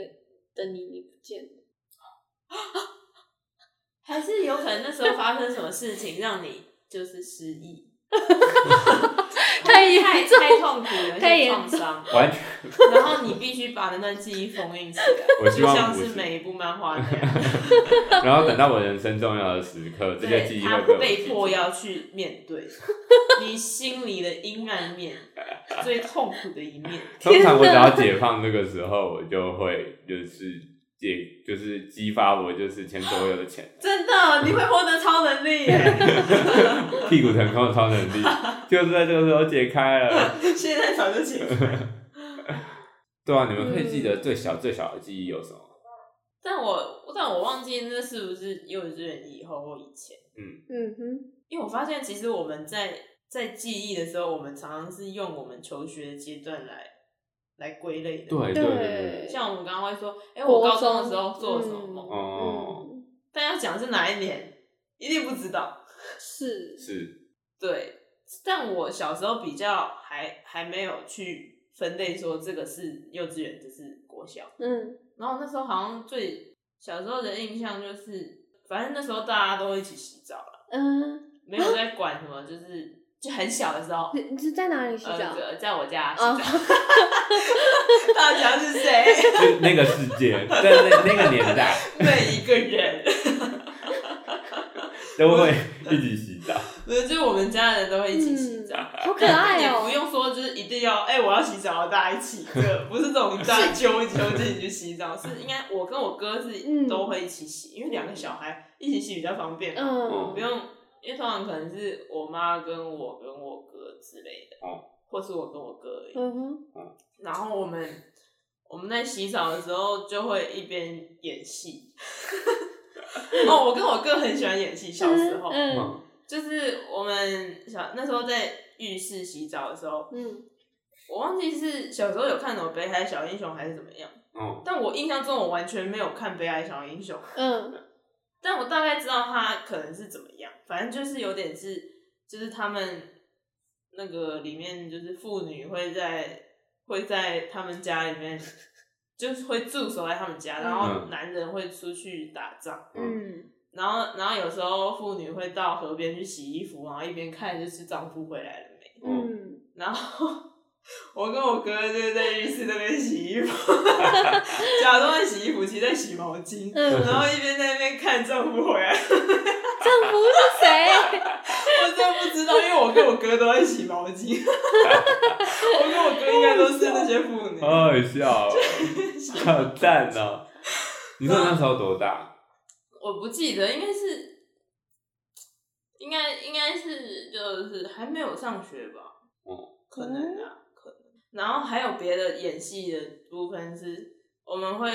的你你不见了，还是 有可能那时候发生什么事情让你就是失忆，太严太重太痛苦太了，太严创伤，完全，然后你必须把那段记忆封印起来， 我希就望像不是是每一部漫画那样，然后等到我人生重要的时刻，这些记对，忆他会被被我迫要去面 对你心里的阴暗面，最痛苦的一面。通常我只要解放这个时候，我就会就是解，就是激发我就是前所未有的潜真的，你会获得超能力耶！ 屁股腾空的超能力， 就是在这个时候解开了。 现在早就起来。对啊，你们会记得最小最小的记忆有什么？但我但我忘记那是不是幼稚园以后或以前，嗯哼，因为我发现其实我们在在记忆的时候，我们常常是用我们求学的阶段来来归类的。对对对对，对像我们刚刚会说，哎、我国高中的中时候做了什么梦？哦，嗯，但要讲是哪一年，一定不知道。是是对，但我小时候比较还还没有去分类说这个是幼稚园，这是国小。嗯然后那时候好像最小时候的印象就是，反正那时候大家都一起洗澡了，嗯，没有 在管什么，就是就很小的时候，你你是在哪里洗澡？呃，在我家洗哦澡，大家是谁？就那个世界，在那那个年代每一个人，都会一起洗澡。对，就是我们家人都会一起洗澡。嗯，好可爱也哦、不用说，就是一定要哎、我要洗澡，大家一起，这个不是 这种大家揪一揪自己去洗澡，是应该我跟我哥是嗯都会一起洗，因为两个小孩一起洗比较方便嘛，嗯，哦不用，因为通常可能是我妈跟我跟我哥之类的，哦或是我跟我哥而已。嗯哼，然后我们我们在洗澡的时候就会一边演戏。 哦，我跟我哥很喜欢演戏，小时候、嗯嗯，就是我们小那时候在浴室洗澡的时候，嗯，我忘记是小时候有看什么《北海小英雄》还是怎么样，嗯，但我印象中我完全没有看《北海小英雄》，嗯，但我大概知道他可能是怎么样，反正就是有点是，就是他们那个里面就是妇女会在会在他们家里面，就是会驻守在他们家，然后嗯男人会出去打仗，嗯，然后然后有时候妇女会到河边去洗衣服，然后一边看就是丈夫回来了没。嗯，然后我跟我哥就在浴室那边洗衣服， 假装在洗衣服，其实在洗毛巾，嗯然后一边在那边看丈夫回来，丈夫是谁？ 我真的不知道，因为我跟我哥都在洗毛巾， 我跟我哥应该都是那些妇女，好好笑哦，好赞哦！你说你那时候多大？我不记得，应该是。应该应该是就是还没有上学吧，哦可能啊，可能。然后还有别的演戏的部分是，我们会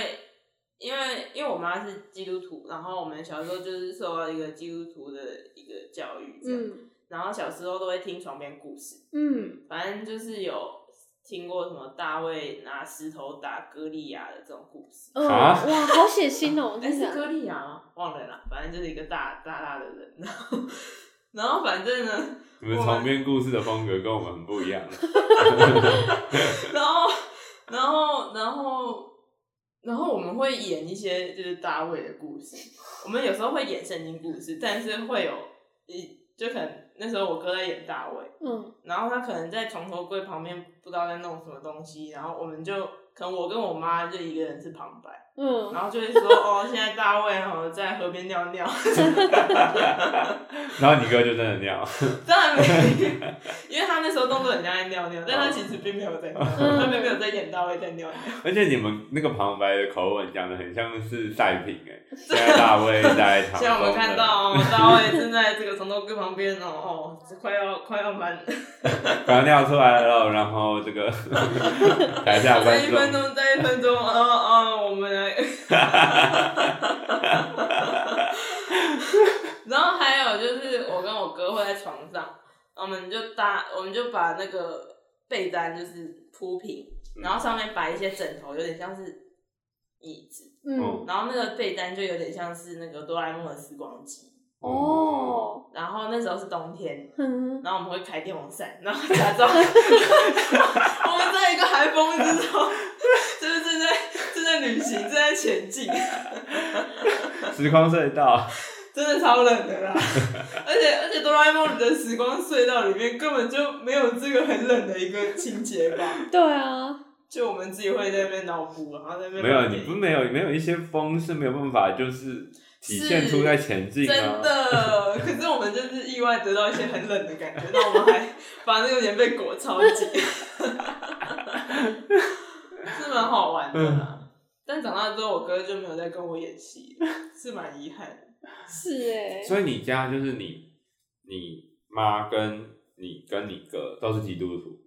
因为因为我妈是基督徒，然后我们小时候就是受到一个基督徒的一个教育，这样。嗯然后小时候都会听床边故事，嗯反正就是有听过什么大卫拿石头打歌利亚的这种故事。嗯，哇，啊好血腥哦、哎、真是的，歌利亚吗？忘了啦，反正就是一个大大大的人，然后然后反正呢，你们床边故事的风格跟我们很不一样。然后然后然后然后我们会演一些就是大卫的故事，我们有时候会演圣经故事，但是会有一就可能那时候我哥在演大卫，嗯然后他可能在床头柜旁边不知道在弄什么东西，然后我们就可能我跟我妈就一个人是旁白。嗯，然后就会说哦，现在大卫哦在河边尿 尿，然后你哥就真的尿，当然没有，因为他那时候动作很像在尿尿，但他其实并没有在尿，嗯他并没有在演大卫在尿尿，而且你们那个旁白的口吻讲的很像是赛评 哎，现在大卫在场，现在我们看到哦，大卫正在这个床头柜旁边哦，哦，快要快要满，把它尿出来了，然后这 个台下观再一分众，钟，再一分钟，哦哦，我们 来。然后还有就是，我跟我哥会在床上，我们就搭，我们就把那个被单就是铺平，然后上面摆一些枕头，有点像是椅子，哦嗯，然后那个被单就有点像是那个哆啦 A 梦的时光机。哦，然后那时候是冬天，嗯，然后我们会开电风扇，然后假装我们在一个寒风之中，就是正在正在旅行，正在前进。时空隧道，真的超冷的啦。而且而且哆啦 A 梦的时光隧道里面根本就没有这个很冷的一个情节吧？对啊，就我们自己会在那边脑补，然后在那边没有，乱你给不没有没有一些风是没有办法，就是体现出在前进真啊。 的，可是我们就是意外得到一些很冷的感觉，那我们还把那个棉被裹超 紧，是蛮好玩的啦。嗯但长大之后，我哥就没有再跟我演戏了，是蛮遗憾的。是哎、所以你家就是你、你妈跟你跟你哥都是基督徒，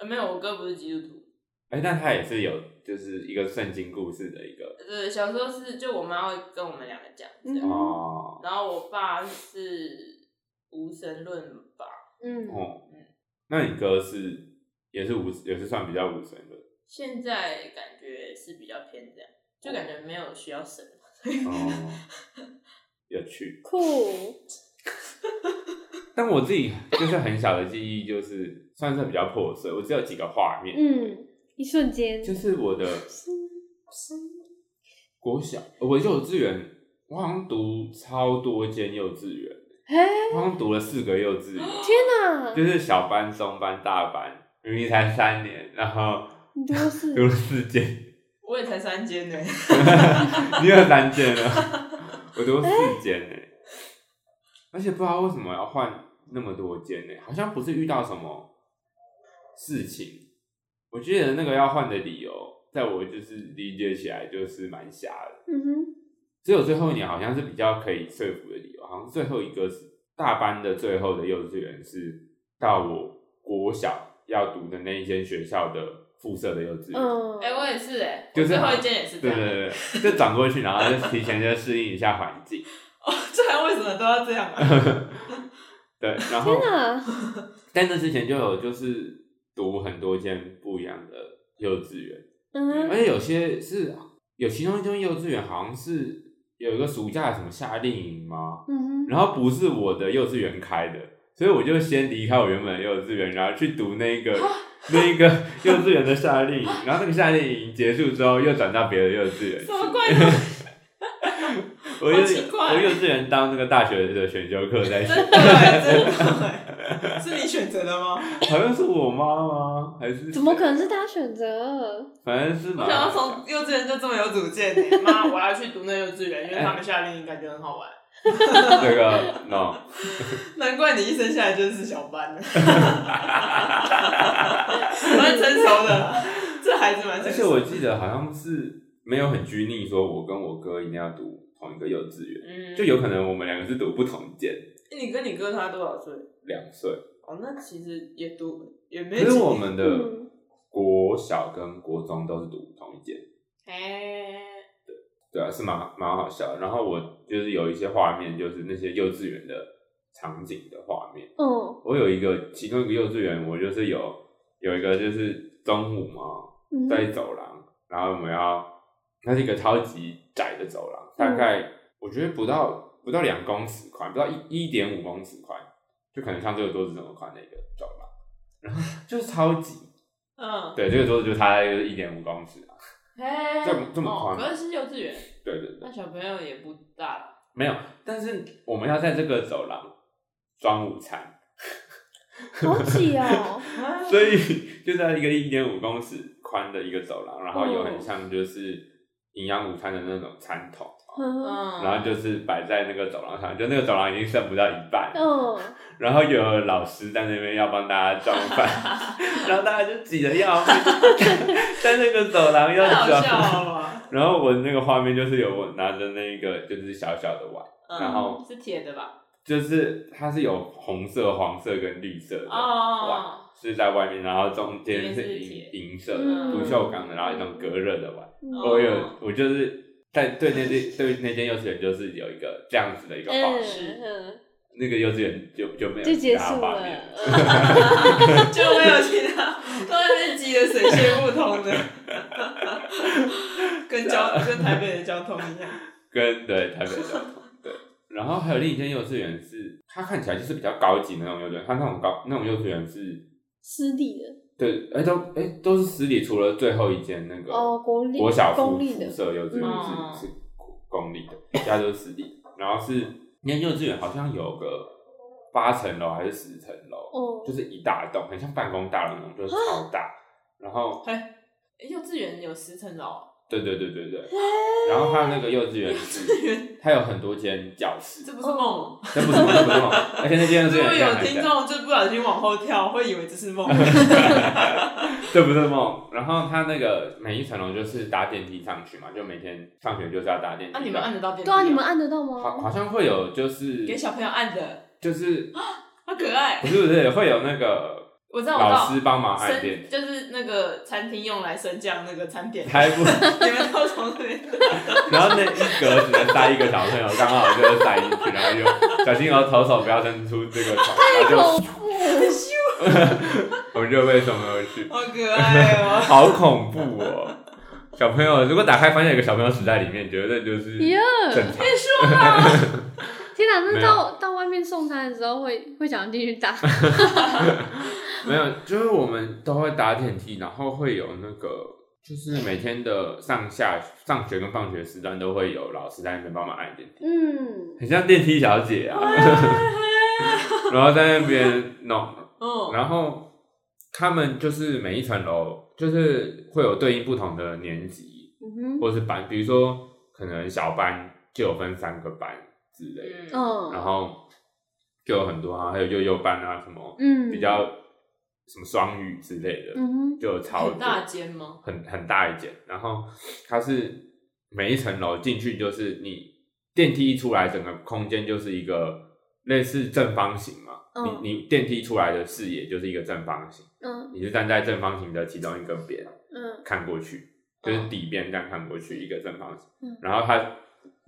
呃没有，我哥不是基督徒，哎、但他也是有就是一个圣经故事的一个对，呃小时候是就我妈会跟我们两个讲，这样嗯哦然后我爸是无神论吧，嗯，哦。那你哥是也是无也是算比较无神论。现在感觉是比较偏这样，就感觉没有需要神。哦，有趣。酷，但我自己就是很小的记忆，就是算是比较破碎，我只有几个画面，嗯，一瞬间，就是我的国小，我幼稚园，我好像读超多间幼稚园，哎、我好像读了四个幼稚园，天哪，就是小班、中班、大班，明明才三年，然后你多是读了四间，我也才三间呢、你有三间了，我读了四间呢、而且不知道为什么要换那么多间呢、好像不是遇到什么事情，我记得那个要换的理由，在我就是理解起来就是蛮瞎的。嗯哼，只有最后一年好像是比较可以说服的理由，好像最后一个是大班的最后的幼稚园是到我国小要读的那一间学校的附设的幼稚园，嗯，哎、我也是哎、就是我最后一间也是这对样。对对对，就转过去，然后就提前就适应一下环境，哦，这还为什么都要这样 啊？对，然后天哪，但那之前就有就是读很多间不一样的幼稚园，而嗯，且有些是有其中一间幼稚园好像是有一个暑假什么夏令营吗？嗯哼，然后不是我的幼稚园开的，所以我就先离开我原本的幼稚园，然后去读那个那个幼稚园的夏令营，然后那个夏令营结束之后又转到别的幼稚园什。么怪东西？我幼好奇怪我幼稚园当那个大学的选修课在学，真的哎，真的哎，是你选择的吗？ 好像是我妈吗？还是怎么可能是他选择？反正是我嘛想。要从幼稚园就这么有主见欸呢、妈，我要去读那幼稚园，因为哎他们夏令营感觉很好玩。 那个嗯 no， 难怪你一生下来就是小班 的，蛮成熟的，这孩子蛮成而且熟的。我记得好像是没有很拘泥，说我跟我哥一定要读同一个幼稚园，嗯就有可能我们两个是读不同间，你跟你哥差多少岁？两岁。哦，那其实也读也没可几是年。我们的嗯国小跟国中都是读同一间，哎，对啊，是蛮蛮好笑的。然后我就是有一些画面，就是那些幼稚园的场景的画面。嗯我有一个，其中一个幼稚园，我就是有有一个就是中午嘛， 嗯，在走廊，然后我们要，它是一个超级窄的走廊，大概我觉得不到不到两公尺宽，不到一一点五公尺宽，就可能像这个桌子这么宽的一个走廊，然后就是超级。嗯，对，这个桌子就差大概就是一点五公尺啊。哎，这么这么宽哦可是是幼稚园，对对对，那小朋友也不大了。没有，但是我们要在这个走廊装午餐，好挤哦，啊所以 就在一个一点五公尺宽的一个走廊，然后有很像就是营养午餐的那种餐桶， 嗯嗯，然后就是摆在那个走廊上，就那个走廊已经剩不到一半，哦嗯，然后有老师在那边要帮大家装 饭，然后大家就挤得要命， 在那个走廊要太好笑装。了 吧？然后我那个画面就是有我拿着那个就是小小的碗，嗯然后是铁的吧？就是它是有红色、黄色跟绿色的碗，哦，是在外面，然后中间是里面是铁银银色嗯的不锈钢的，然后一种隔热的碗。嗯我有，我就是在对那间对那间幼稚园就是有一个这样子的一个画嗯面，嗯，那个幼稚园就就没有就结其他束画了，面。嗯哦就没有其他，都在那边挤得水泄不通的，跟 交跟台北的交通一样。跟对台北的 交通对，然后还有另一间幼稚园是，它看起来就是比较高级的那种幼稚园，它那种高那种幼稚园是。私立的对，哎、都哎、都是私立，除了最后一间那个哦，国立国小附公立的附，设幼稚园嗯是是公立的，其他都是私立。然后是你看幼稚园好像有个八层楼还是十层楼，哦就，是一大栋，很像办公大楼那种，就是超大。啊然后，哎，幼稚园有哦十层楼，对对对对对，哎然后它那个幼稚园幼稚是，园它有很多间教室，这不是梦。那不是梦，那不是梦，而且那间幼稚如果园有很听小众就不小心往后跳，会以为这是 梦。这不是梦。然后它那个每一层楼就是搭电梯上去嘛，就每天上学就是要搭电梯。那你们按得到电梯对吗？啊，你们按得到好吗？好像会有就是给小朋友按的，就是好可爱不。是不是会有那个我知道，我知老道。师帮忙按电升梯，就是那个餐厅用来升降那个餐 点，还不， 你们都从那边。然后那一格只能塞一个小朋友，刚好就是塞进去，然后就小心哦，头手不要伸出这个床，然后恐怖，就 我们就被送回去，好可爱哦、 好恐怖哦！小朋友如果打开发现有个小朋友死在里面，绝对 就是耶！正常。天哪，没那有到到外面送餐的时候会会想要进去 打，没有，就是我们都会搭电梯，然后会有那个，就是每天的上下上学跟放学时段都会有老师在那边帮忙按电梯，嗯，很像电梯小姐啊， 然后在那边弄，嗯，然后他们就是每一层楼就是会有对应不同的年级嗯哼，或是班，比如说可能小班就有分三个班之类的，嗯，然嗯后就有很多啊，还有幼幼班啊什么嗯，比较什么双语之类的，嗯哼，就有超好多大间吗？很很大一间，然后它是每一层楼进去就是你电梯一出来，整个空间就是一个类似正方形嘛。嗯你你电梯出来的视野就是一个正方形，嗯你是站在正方形的其中一个边嗯看过去，就是嗯底边这样看过去一个正方形，嗯然后它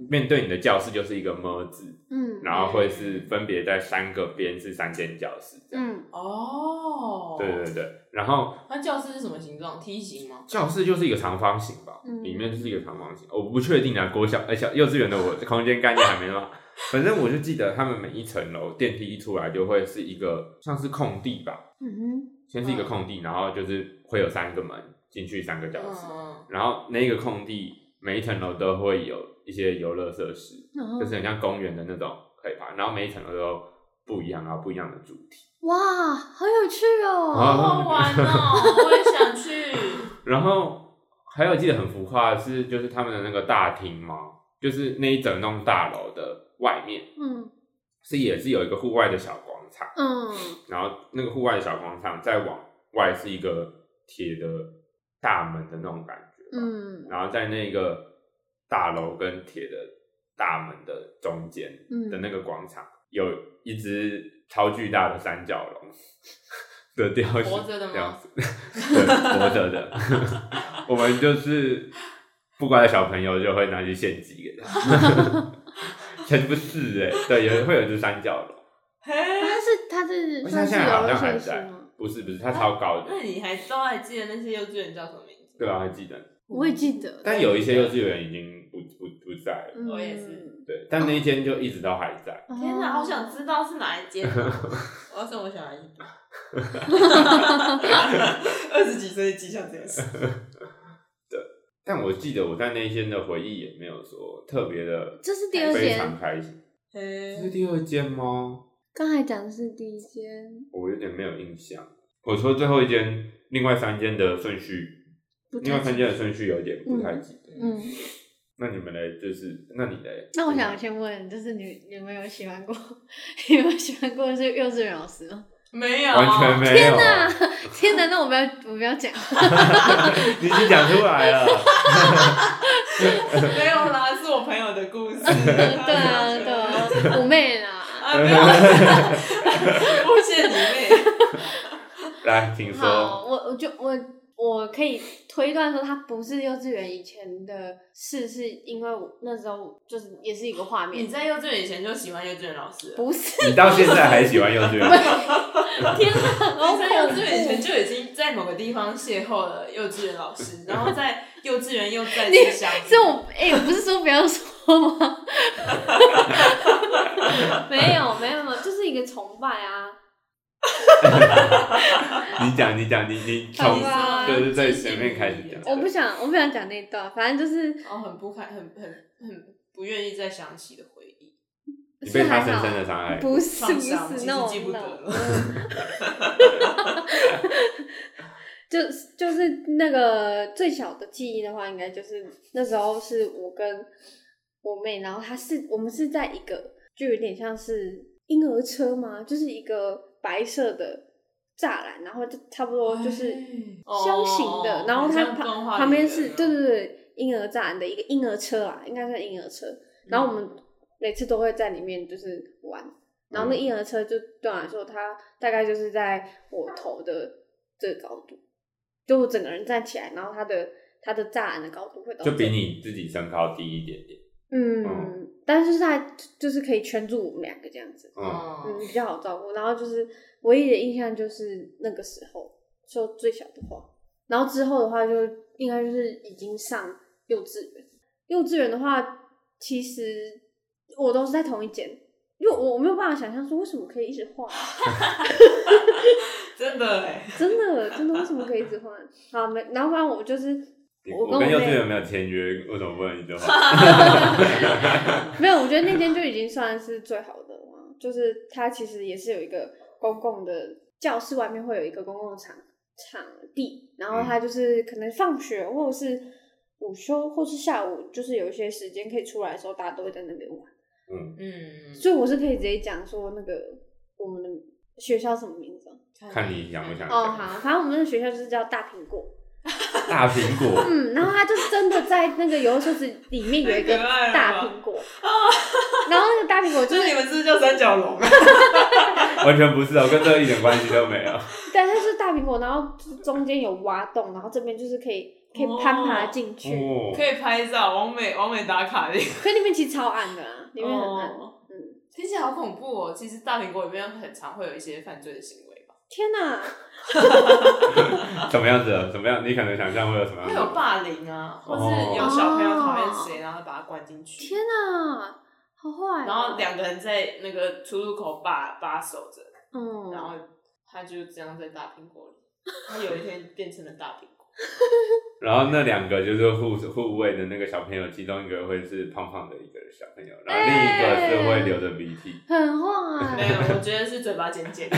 面对你的教室就是一个么字，嗯然后会是分别在三个边是三间教室这样。嗯哦，对对对，然后那教室是什么形状？T 型吗？教室就是一个长方形吧，嗯里面就是一个长方形。我不确定啊，国小、呃小幼稚园的我空间概念还没那么好。 反正我就记得他们每一层楼电梯一出来就会是一个像是空地吧，嗯哼，先是一个空地，然后就是会有三个门进去三个教室，嗯，然后那个空地每一层楼都会有一些游乐设施，然后就是很像公园的那种可以爬，然后每一层楼都不一样，然后不一样的主题。哇，好有趣啊哦，好好玩哦、我也想 去。然后还有记得很浮夸的是，就是他们的那个大厅嘛，就是那一整栋大楼的外面嗯是也是有一个户外的小广场，嗯然后那个户外的小广场再往外是一个铁的大门的那种感觉，，嗯然后在那个大楼跟铁的大门的中间的嗯，那个广场有一只超巨大的三角龙 的雕像，活着的吗 这样子对，活着的。 我们就是不乖的小朋友就会拿去献祭给他， 才不是哎、对，有会有一只三角龙，嘿，它是它是而且它算是现游在好乐像还设施在吗？，不是不是，它超高的，那你还都还记得那些幼稚园叫什么名字？对啊，还记得，我也记得，但有一些幼稚园已经不不不在了，嗯我也是，对，但那一间就一直都还在。天哦哪，好想知道是哪一 间啊。我要送我小孩一本。二十几岁记下这件事。但我记得我在那一间的回忆也没有说特别的这是第二非常间，开心。这是 嘿，第二间吗？刚才讲的是第一间，我有点没有印象。我说最后一间，另外三间的顺序，不另外太三间的顺序有点不太记得。嗯，那你们嘞，就是那你嘞？那我想先问，就是你你们有喜欢过， 有没有喜欢过是幼稚园老师吗？没有，完全没有， 天哦哪，那我不要我不要 讲，你已经讲出来了。没有啦，是我朋友的 故事。对啊对啊，我妹啦。 啊，不要，诬陷你妹。来，请说。好，我我就我我可以推断说，它不是幼稚园以前的事，是因为我那时候就是也是一个画你面，在幼稚园以前就喜欢幼稚园老师了？不是？你到现在还喜欢幼稚园？天哪， 好你在幼恐稚园以前怖！就已经在某个地方邂逅了幼稚园老师，然后在幼稚园又再次相遇。是我哎、我不是说不要说 吗？没有没有没有，就是一个崇拜啊。你讲，你讲，你你好从吧就是最前面开始讲。我不想我不想讲哦那段，反正就是然后很不堪，很很很不愿意再想起的回忆。你是被他还深好深的伤害。不是创不伤其是实那记种不那得种，了 就是就是那个最小的记忆的话，应该就是那时候是我跟我妹，然后她是我们是在一个就有点像是婴儿车嘛，就是一个白色的栅栏，然后就差不多哦就是箱型的，哦然后好它像动旁画旁里边的是那对种对对婴儿栅栏的一个婴儿车啊，应该算婴儿车，然后我们每次都会在里面就是玩，然后那嗯婴儿车就对我来说，它大概就是在我头的这个高度，就我整个人站起来，然后它的它的栅栏的高度会到就比这你自己身高低一点点。嗯，嗯但是它就是可以圈住我们两个这样子，嗯，嗯，嗯比较好照顾。然后就是唯一的印象就是那个时候说最小的话，然后之后的话就应该就是已经上幼稚园。幼稚园的话，其实我都是在同一间，因为我我没有办法想象说为什么可以一直换，真的哎，真的真的为什么可以一直换？好，没，然后反正我就是你我我跟我跟幼妹稚园没有签约，为什么不能你的话？没有，我觉得那间就已经算是最好的了。就是它其实也是有一个公共的教室，外面会有一个公共场场地，然后它嗯就是可能放学或者是午休，或是下午，就是有一些时间可以出来的时候，大家都会在那边玩。嗯，所以我是可以直接讲说那个我们的学校什么名字啊看你想不想哦，讲。好，反正我们的学校就是叫大苹果。大苹果，嗯，然后他就真的在那个游乐设施里面有一个太可爱了大吧苹果，然后那个大苹果就就是是你们是不是叫三角龙 啊？完全不是哦，跟这一点关系都没有。对，它是大苹果，然后中间有挖洞，然后这边就是可以可以攀爬进去， 哦，可以拍照，完美完美打卡的，可里面其实超暗的啦，里面很暗。哦嗯，听起来好恐怖哦。其实大苹果里面很常会有一些犯罪的行为吧，天哪，怎么样子的？怎么样？你可能想象会有什么样会子有的？霸凌啊，或哦是有小朋友讨厌谁，然后把他关进去，天哪，好坏哦、然后两个人在那个出入口把把守着，然嗯，后他就这样在大苹果里，他有一天变成了大苹果。然后那两个就是护护卫的那个小朋友，其中一个会是胖胖的一个小朋友，然后另一个是会流着鼻涕。很 坏、没有，我觉得是嘴巴尖 尖的。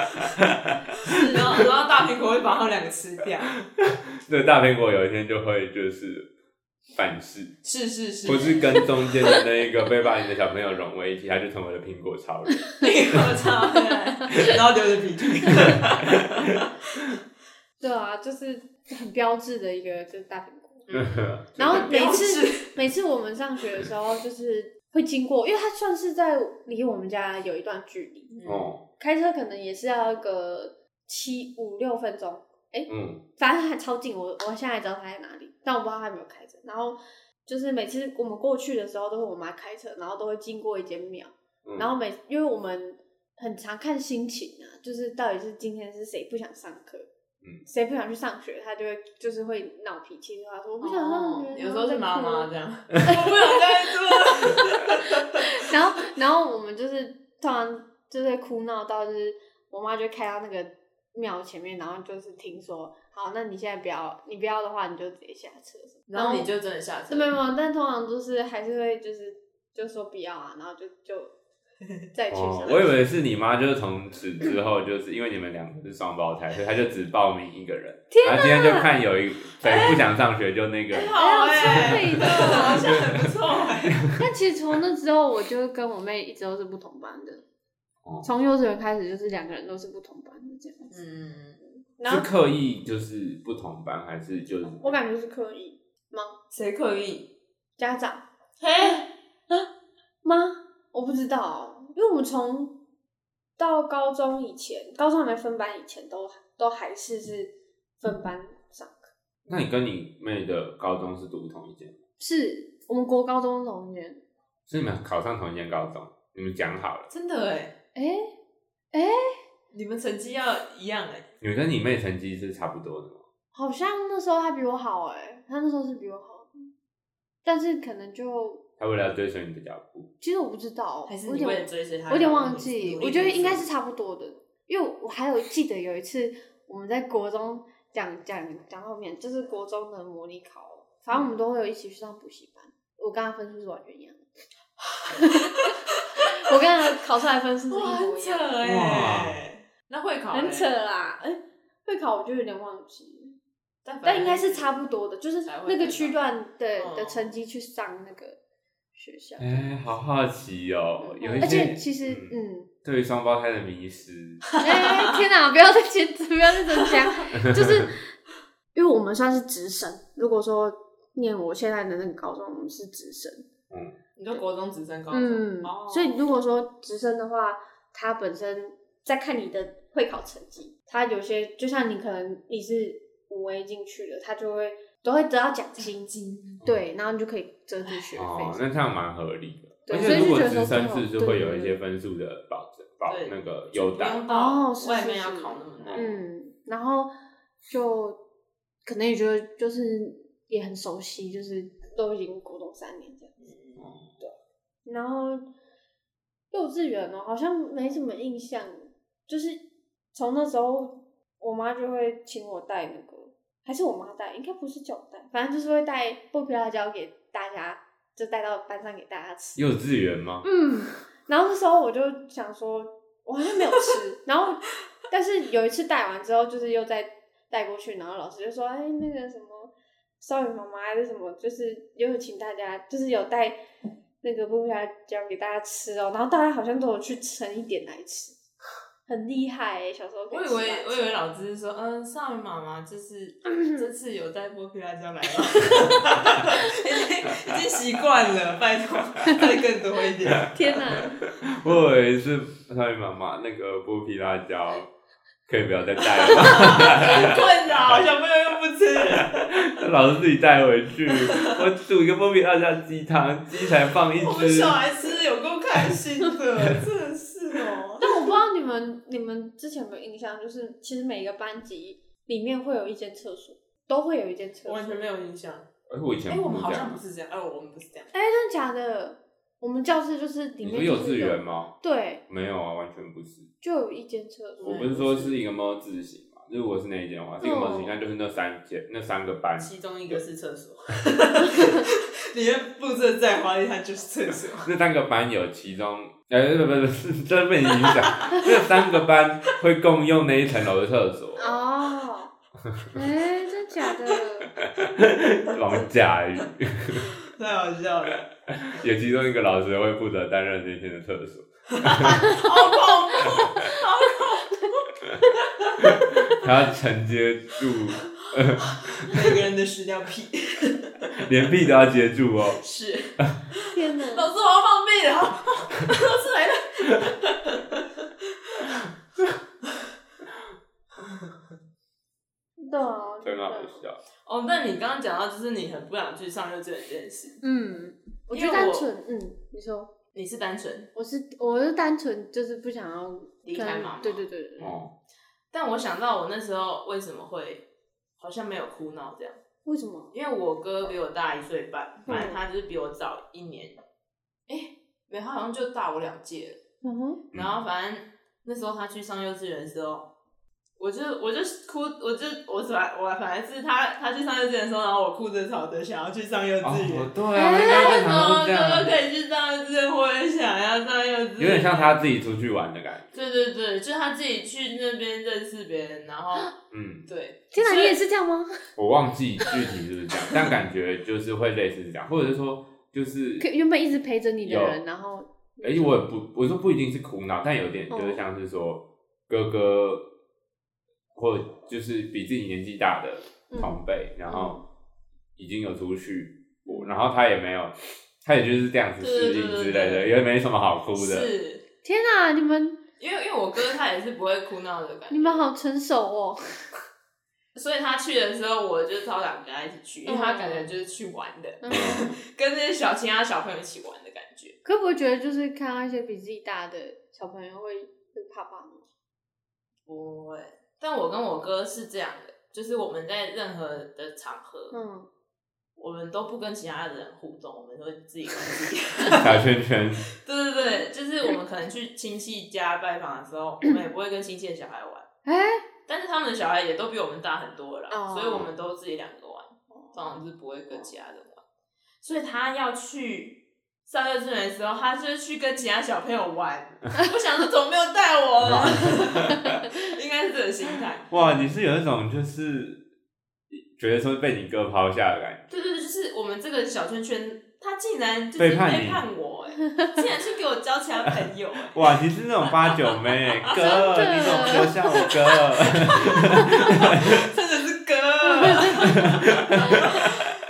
是然后，然后大苹果会把他们两个吃掉。对，大苹果有一天就会就是反噬，是是是，不是跟中间的那一个被霸凌的小朋友融为一体，他就成为了苹果超人。 苹果超人，然后流着鼻涕。 对啊，就是很标志的一个就是大苹果。 嗯然后每标次每次我们上学的时候，就是会经过，因为它算是在离我们家有一段距离，哦，开车可能也是要个七五六分钟。嗯，反正还超近，我我现在还知道他在哪里，但我不知道他有没有开车。然后就是每次我们过去的时候，都是我妈开车，然后都会经过一间庙，嗯然后每因为我们很常看心情啊，就是到底是今天是谁不想上课，嗯，谁不想去上学，他就会就是会闹脾气，就他说我不想上哦学，有时候是妈妈这样。样，我不想再做了。然后然后我们就是突然就是会哭闹到就是我妈就开到那个庙前面，然后就是听说，好，那你现在不要，你不要的话你就直接下车。然后你就真的下车是。没有没有，但通常就是还是会就是就说不要啊，然后就就再去上哦学。，我以为是你妈，就是从此之后，就是因为你们两个是双胞胎，所以她就只报名一个人。然后今天就看有一谁不想上学就那个，好哎哎呀，好像很不错哎。但其实从那之后，我就跟我妹一直都是不同班的哦。从幼稚园开始，就是两个人都是不同班的这样子。嗯，然是后刻意就是不同班，还是就是我感觉是刻意，谁刻意？家长嘿，吗？我不知道，因为我们从到高中以前，高中还没分班以前，都都还是是分班上课。那你跟你妹的高中是读同一间，是我们国高中同一年。所以你们考上同一间高中，你们讲好了，真的哎，哎、你们成绩要一样哎。你们跟你妹成绩是差不多的吗？好像那时候他比我好哎、他那时候是比我好，但是可能就她为了要追随你的脚步，其实我不知道，还是我你有为了点追随他？我有点忘记努，力我觉得读书应该是差不多的，因为我还有记得有一次我们在国中讲讲讲后面就是国中的模拟考，反正我们都会有一起去上补习班。我跟他分数是完全一 样的，我跟他考出来分数是一哇，模很一扯样的，哎、欸！那会考、欸、很扯，啦。哎、会考我就有点忘记了。但反但正应该是差不多的，就是那个区段的嗯的成绩去上那个学校。哎、好好奇哦，有一些，而且其实，嗯，嗯，对于双胞胎的迷失，哎、天哪，不要再接，不要再增加， 就是 因为我们算是直升，如果说念我现在的那个高中，我们是直升，你说国中直升高中，嗯，哦、所以如果说直升的话，它本身在看你的会考成绩，它有些就像你可能你是五 A 进去的，它就会都会得到奖金，金对，然后你就可以折抵学费。嗯哦，那这样蛮合理的。对而所且以如就果觉得直说升最是好是会有对一些分数的保证保对那个就优不用待，到哦是外是面要是考那么难，嗯，然后就可能也觉得就是也很熟悉，就是都已经国中三年这样子。对。然后幼稚园哦，好像没什么印象，就是从那时候我妈就会请我带那个，还是我妈带，应该不是叫我带，反正就是会带剥皮辣椒给大家，就带到班上给大家吃。幼稚园 吗？嗯，然后那时候我就想说，我好像没有 吃，然后但是有一次带完之后，就是又再带过去，然后老师就说，哎，那个什么，少女妈妈还是什么，就是有请大家，就是有带那个布拉酱给大家吃哦，然后大家好像都有去盛一点来吃，很厉害哎、小时候可 我以吃为来我吃以为老师是说，嗯，少女妈妈 就是这次有带剥皮辣椒来吗？ 已经习惯 了，拜托再更多一 点。天哪，我以为是少女妈妈那个剥皮辣椒，可以不要再带了吗？很困扰，小朋友又不 吃。 老师自己带回去， 我煮一个剥皮辣椒鸡汤，鸡才放一我们只小。孩吃有够开心 的，真的是 哦。但我不知道你们你们之前有没有印象，就是其实每个班级里面会有一间厕所，都会有一间厕所，我完全没有印象。哎，我以前哎，我不们是好这像不样。是这样，哎，我们不是这样。哎、真的假的？我们教室就是里你面说幼就稚是有园？吗？对，没有啊，完全不是。就有一间厕所。我不是说是一个猫字形嘛，如果是那一间的哦话，是一个猫字嗯形，那就是那三间那三个班，其中一个是厕所， 里面布置得再华丽，它就是厕所。那三个班有其中，呃，不不不是，真被你影 响。那三个班会共用那一层楼的厕所， 哦，哎、真假的？王佳宇太好笑了， 有其中一个老师会负责担任那天的厕所，好恐怖。他要承接住，每个人的屎尿屁连屁都要接住哦。是，天哪！老师我要放屁了， 老师来了，对啊，真好对啊笑，哦，那你刚刚讲到就是你很不想去上幼稚园这件事，嗯，我因就为单我纯，嗯，你说，你是单纯，我是我是单纯就是不想要离开跟妈妈对对对对，对哦，但我想到我那时候为什么会好像没有哭闹这样，为什么？因为我哥比我大一岁半，嗯反正他就是比我早一年，哎、没，他好像就大我两届了，嗯哼，然后反正那时候他去上幼稚园的时候。我就我就哭，我就我反我反正是他他去上幼稚园的时候，然后我哭着吵着想要去上幼哦稚园，，对啊，应该正常都哦，这哥哥样，可以去上幼稚园，我也想要上幼稚园。有点像。他自己出去玩的感觉。对对对，就他自己去那边认识别人，然 后嗯，对，天哪，所以你也是这样吗？我忘记具体是不是这样，但感觉就是会类似是这样，或者是说就是可原本一直陪着你的有人，然后而且我也不，我说不一定是苦恼，但有点嗯就是像是说哥哥，或就是比自己年纪大嗯的同辈，然后已经有出去过，然后他也没有，他也就是这样子适应对之对对类的，对也没什么好哭的。是天哪，你们因为因为我哥他也是不会哭闹的感你觉，们好成熟哦，所以他去的时候我就超想跟他一起去，因为他嗯感觉就是去玩的，嗯，跟那些小其他小朋友一起玩的感觉。可不会觉得就是看到一些比自己大的小朋友会会怕怕吗？不会，但我跟我哥是这样的，就是我们在任何的场合，嗯，我们都不跟其他的人互动，我们都会自己玩 自己。小圈圈，对对对，就是我们可能去亲戚家拜访的时候，我们也不会跟亲戚的小孩玩，哎、但是他们的小孩也都比我们大很多了啦哦哦所以我们都自己两个玩。通常就是不会跟其他人玩。所以他要去上幼稚园的时候，他就是去跟其他小朋友 玩。我想说怎么没有带我？ 应该是这个心态。哇，你是有一种就是觉得说被你哥抛下的感对对对，就是我们这个小圈圈，他竟然就是背背叛你叛我、哎，竟然去给我交其他朋友、哎觉。哇，你是那种八九 妹欸哥，真的你怎么留下我 哥？ 真的是哥。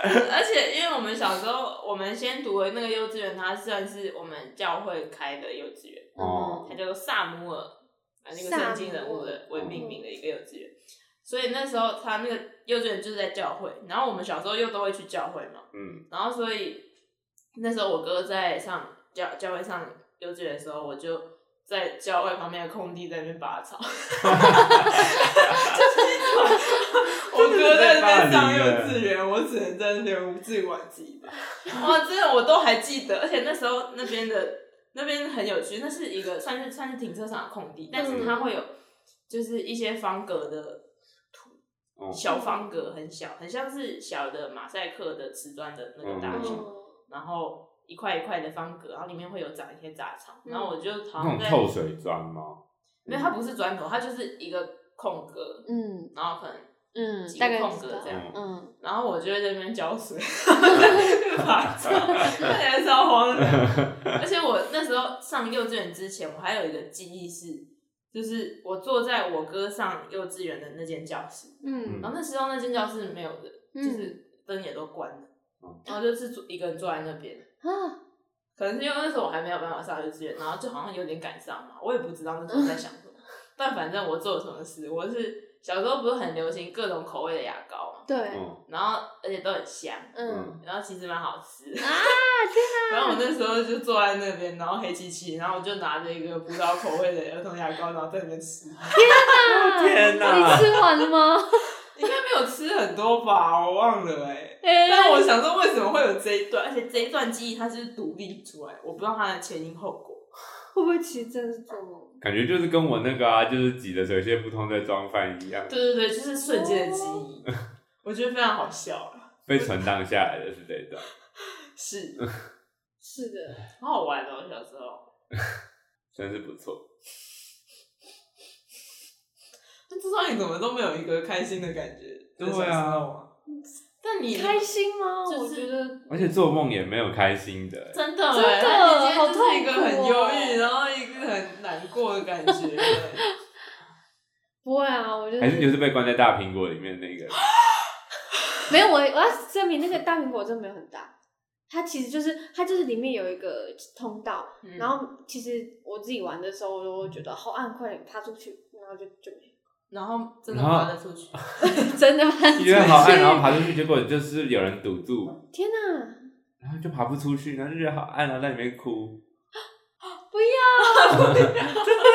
而且，因为我们小时候，我们先读的那个幼稚园，它算是我们教会开的幼稚园，哦它叫做萨姆尔，啊，那个萨姆尔圣经人物的为命名的一个幼稚园。所以那时候，他那个幼稚园就是在教会，然后我们小时候又都会去教会嘛，嗯，然后所以那时候我哥在上教教会上幼稚园的时候，我就在教会旁边的空地在那边拔 草，就是一种我哥在那边上幼稚园，我只能在那边自己玩自己拔。 哇，真的我都还记得，而且那时候那边的那边很有趣，那是一个算是算是停车场的空地，但是它会有就是一些方格的。哦小方格很小，很像是小的马赛克的瓷砖的嗯那个大小，哦然后一块一块的方格，然后里面会有长一些杂草，嗯然后我就那好像种在，透水砖吗？没有，它不是砖头，它就是一个空格，嗯然后可能嗯，几大个概空知格道这。样，嗯，嗯，然后我就会在那边浇 水，看起来超荒凉。而且我那时候上幼稚园之前，我还有一个记忆是，就是我坐在我哥上幼稚园的那间教室，嗯然后那时候那间教室没有人，嗯就是灯也都关了，嗯然后就是坐一个人坐在那边，啊，可能是因为那时候我还没有办法上幼稚园，然后就好像有点赶上嘛，我也不知道那时候在想什么。但反正我做了什么事，我是小时候不是很流行各种口味的牙膏嘛，对，嗯然后而且都很香，嗯，然后其实蛮好吃。 啊，天然后我那时候就坐在那边，然后黑漆漆，然后我就拿着一个葡萄口味的儿童牙膏，然后在那边吃， 哪！天哪你吃完了吗？应该没有吃很多吧，我忘了哎、哎但我想说，为什么会有这一段？而且这一段记忆它是独立出来，我不知道它的前因后果。会不会其实真的是做梦？感觉就是跟我那个啊，就是挤得水泄不通在装饭一样，对对对，就是瞬间的记忆，哦我觉得非常好笑啊，被存档下来的是这 种。是，是的，好好玩哦，小时候。真是不错。那至少你怎么都没有一个开心的感觉，对啊小时候啊。但你开心吗？就是我觉得而且做梦也没有开心的，真的真哎，的那你今天就是一个好痛苦很忧哦郁，然后一个很难过的感觉。不会啊，我就还是你就是被关在大苹果里面那个？没有，我我要证明那个大苹果真的没有很大，它其实就是它就是里面有一个通道，嗯然后其实我自己玩的时候，我都觉得好暗，快点爬出去，然后就就没然后真的然后滑得出去，有 真的爬出去因为好暗，然后爬出去，结果就是有人堵住，天哪、然后就爬不出去，然后就觉得好暗，然后在里面哭。 不要，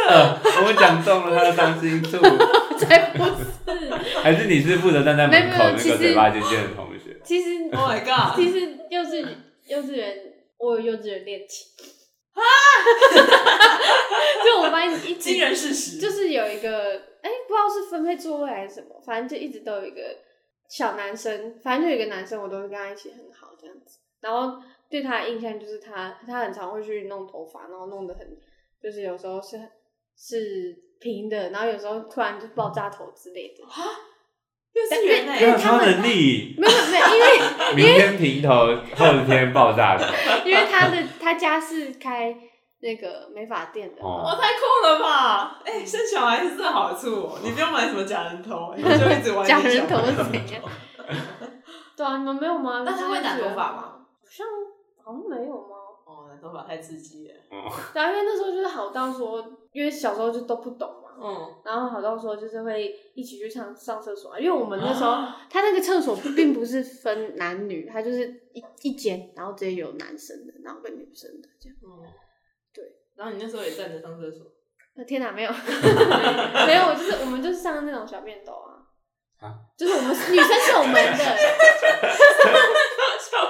呃我们讲中了他的伤心处， 才不是。还是你是负责站在门口没有没有那其个实嘴巴尖尖的同 学？其实 Oh my god 其实幼稚幼稚园我有幼稚园恋情啊，就我们班一直惊人事实。就是有一个，哎、不知道是分配座位还是什么，反正就一直都有一个小男生，反正就有一个男生，我都是跟他一起很好这样子。然后对他的印象就是他，他很常会去弄头发，然后弄得很，就是有时候是是平的，然后有时候突然就爆炸头之类的。幼稚园因没为有哎，超能力，没有没有，因为明天平头，后天爆炸头。因为他的他家是开那个美发店的嘛，哦我太酷了吧！哎、生小孩是这好处 哦，你不用买什么假人 头，你就一直玩假人头是是怎样？ 对啊，你们没有吗？那他会染头发吗？好像好像没有吗？哦，染头发太刺激了。对啊，因为那时候就是好到说，因为小时候就都不懂嘛，嗯，然后好到说就是会一起去上上厕所啊，因为我嗯们那时候、 他那个厕所并不是分男女，他就是一一间，然后直接有男生的，然后跟女生的这样。嗯，对。然后你那时候也站着上厕所，呃天哪，没 有，没有，我就是我们就是上那种小便斗啊，啊就是我们女生是有门的，小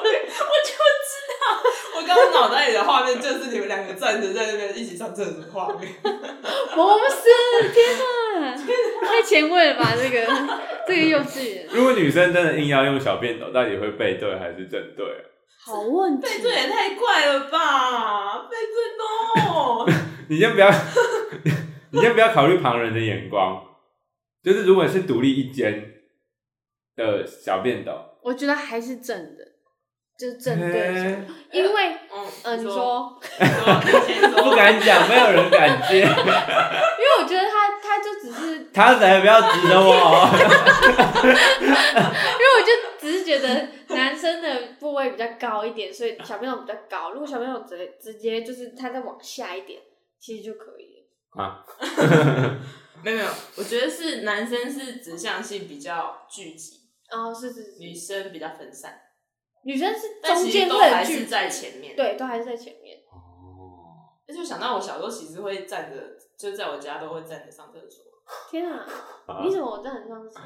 妹，我就知道，我刚刚刚脑袋里的画面就是你们两个站着在那边一起上厕所的画 面。不是，天哪，太前卫了吧？这个这个幼稚园，如果女生真的硬要用小便斗，到底会背对还是正对啊？好问题，背对也太怪了吧！背对 no， 你先不要， 你先不要考虑旁人的眼光。就是如果是独立一间的小便斗，我觉得还是正的，就是正对嘿的，因为嗯，呃，你说，你说，你先说 不敢讲，没有人敢接，因为 我觉得他他就只是，因为他才不要指着我哦。我就只是觉得男生的部位比较高一点，所以小朋友比较高。如果小朋友直直接就是他再往下一点，其实就可以了。没有没有，我觉得是男生是指向性比较聚集，然后哦是是女生比较分散，女生是但中其实间都会还有是距，在前面。，对，都还是在前面。那就想到我小时候其实会站着，就在我家都会站着上厕所，天啊，啊你怎么这很上次？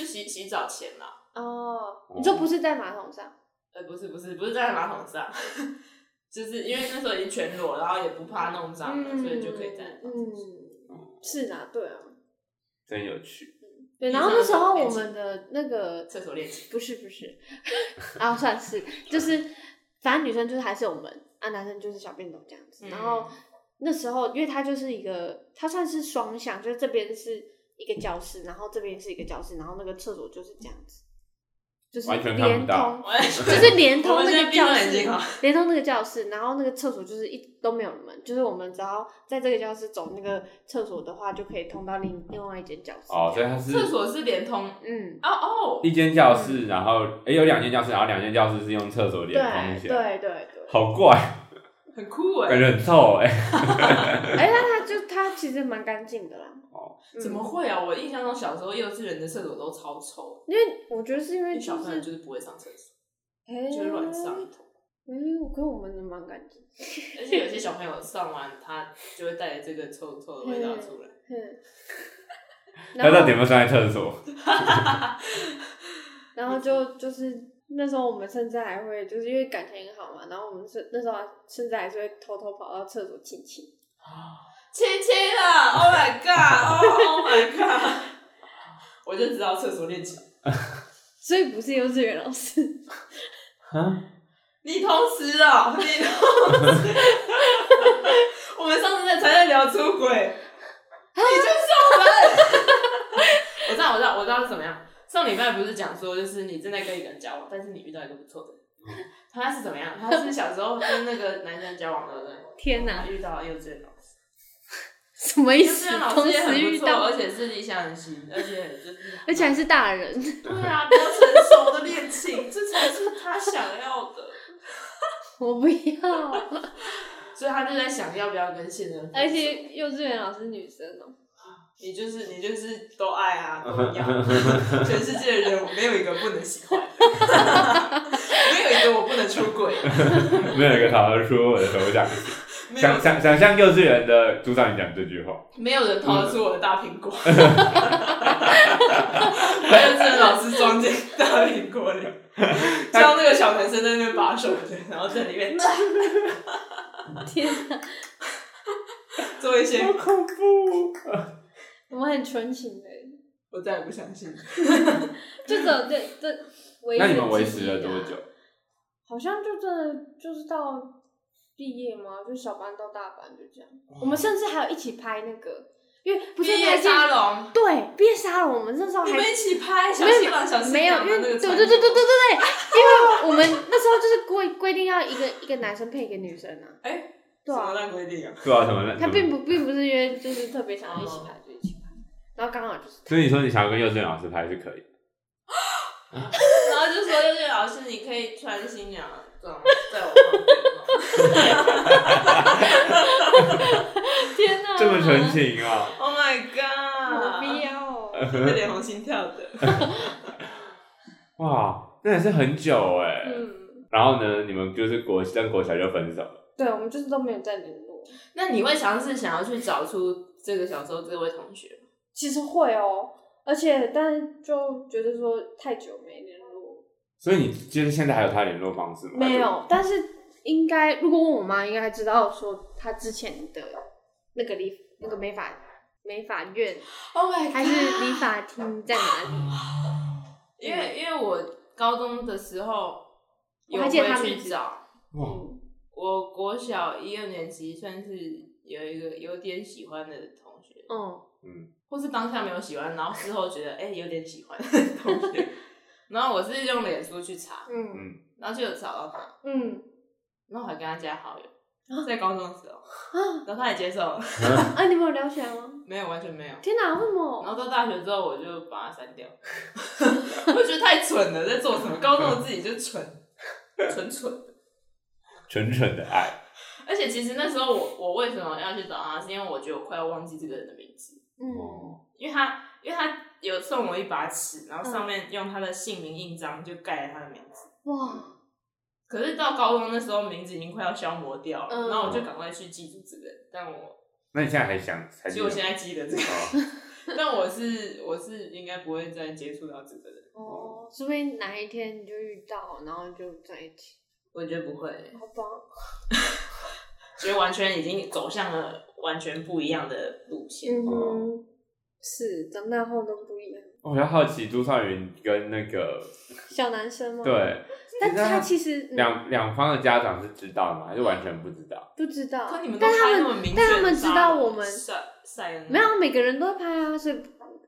就洗洗澡前啦。哦，你说不是在马桶上？呃，不是不是不是站在马桶上， 就是因为那时候已经全裸，然后也不怕弄脏了，所以就可以站在马桶上。嗯，是啊，对啊，真有趣，对。你然后上那时厕所候练我习们的那个厕所练习， 不是不是， 啊，算是就是，反正女生就是还是有门，啊，男生就是小便斗这样子。然后嗯那时候，因为它就是一个，它算是双向，就是这边是一个教室，然后这边是一个教室，然后那个厕所就是这样子，就是完全看不连到通，我就就是连我通们那现个在闭教上眼室 睛啊，连通那个教室，然后那个厕所就是一都没有门，就是我们只要在这个教室走那个厕所的话，就可以通到另另外一间教室。哦，所以它是厕所是连通嗯，哦哦，一间教室，然后诶有两间教室，然后两间教室是用厕所对连通起对来，对 对。好怪，很酷哎、感觉很臭哎、哎、那它就它其实蛮干净的啦。哦嗯，怎么会啊？我印象中小时候幼稚园的厕所都超臭，因为我觉得是因因为为小就朋友是就是不会上厕所，哎就会乱上一通。哎、我可是我们的蛮干净。 而且有些小朋友上完，他就会带着这个臭臭的味道出来。 嗯。他然到底有后没有上在厕所？然后就就是那时候我们甚至还会就是因为感情很好嘛，然后我们是那时候啊甚至还是会偷偷跑到厕所亲亲。亲亲啊！Oh my god！Oh my god！我就知道厕所恋情，所以不是幼稚园老师， 啊，你同时啊，你同时。 我们上次在才在聊出轨， 你就是我们。我知道，我知道，我知道是怎么样。上礼拜不是讲说，就是你正在跟一个人交往，但是你遇到一个不错的人，他是怎么样？他是小时候跟那个男生交往的人，天然哪后，遇到幼稚园老师。什么意幼思稚园？老同师也时很遇不错，到，而且是理想很型，而且就是， 而且还是大人， 对啊，比较成熟的恋情，这才是他想要的。我不要。所以他就在想要不要跟现任分手，而且幼稚园老师女生哦、你就是你就是都爱啊，都要，全世界的人我没有一个不能喜欢的，没有一个我不能出轨，没有一个逃得出我的手掌心。没有想想想象幼稚园的朱少云讲这句话，没有人逃得出我的大苹果，我幼稚园老师装进大苹果里，教那个小男生在那边把手的，然后在里面天哪，做一些，恐怖！我们很纯情的，我再也不相信。就只有这这维那你持们维持记忆了啊多久？？好像就真的就是到毕业嘛，就小班到大班就这样。哦我们甚至还有一起拍那个，因为不是毕拍业电沙龙，对毕业沙龙，我们那时候还你们一起拍小没有新郎小新没有，娘因的为那对对个穿对对对对着，对，因为我们那时候就是规规定要一个一个男生配一个女生啊，哎，对什么啊，烂规定啊？对啊，什么的？他什么并不并不是因为就是特别想要一起拍就一起拍，然后刚好就是所以你说你想要跟幼稚园老师拍是可以，然后就说幼稚园老师，你可以穿新娘装在我旁边吗？ 天哪，这么纯，情啊！ Oh my 我不 god！要哦，这脸红心跳的。哇，那也是很久哎、嗯，然后呢，你们就是国跟国小就分手了， 对，我们就是都没有再联络，那你会尝试想要去找出这个小时候这位同学吗？其实会哦，而且但是就觉得说太久没联络，所以你就是现在还有他的联络方式吗？嗯没有，但是应该如果问我妈，应该知道说她之前的那个理那个美法美法院 Oh my 还是理发厅在哪里。因为因为我高中的时候我有还记得他会名去字找，哇，嗯我国小一二年级算是有一个有点喜欢的同学，嗯，嗯，或是当下没有喜欢，然后事后觉得哎、有点喜欢的同学，然后我是用脸书去查，嗯然后就有找到他，嗯然后我还跟他加好友啊，在高中的时候，啊然后他也接受了，啊！你们有聊起来吗？没有完全没有。天哪，为什然么？后到大学之后，我就把它删掉， 我觉得太蠢了，在做什么？高中我自己就蠢，蠢蠢。蠢蠢的爱，而且其实那时候我我为什么要去找他，是因为我觉得我快要忘记这个人的名字，嗯哦，因为他因为他有送我一把尺，然后上面用他的姓名印章就盖了他的名字。哇，可是到高中那时候，名字已经快要消磨掉了，嗯然后我就赶快去记住这个人。但我那你现在还想？其还记实得我吗现在记得这个，哦， 但我是我是应该不会再接触到这个人，哦，说不定哪一天你就遇到，然后就在一起，我觉得不会，好棒。所以完全已经走向了完全不一样的路线。嗯哼，是长大后都不一样，哦我比较好奇朱少云跟那个小男生吗？，对，但那他其实、嗯、两两方的家长是知道的吗？还是完全不知 道？不知道，可你们都但他拍那们么明确但他们的知杀道人我们晒晒恩没有每个人都会拍啊，所以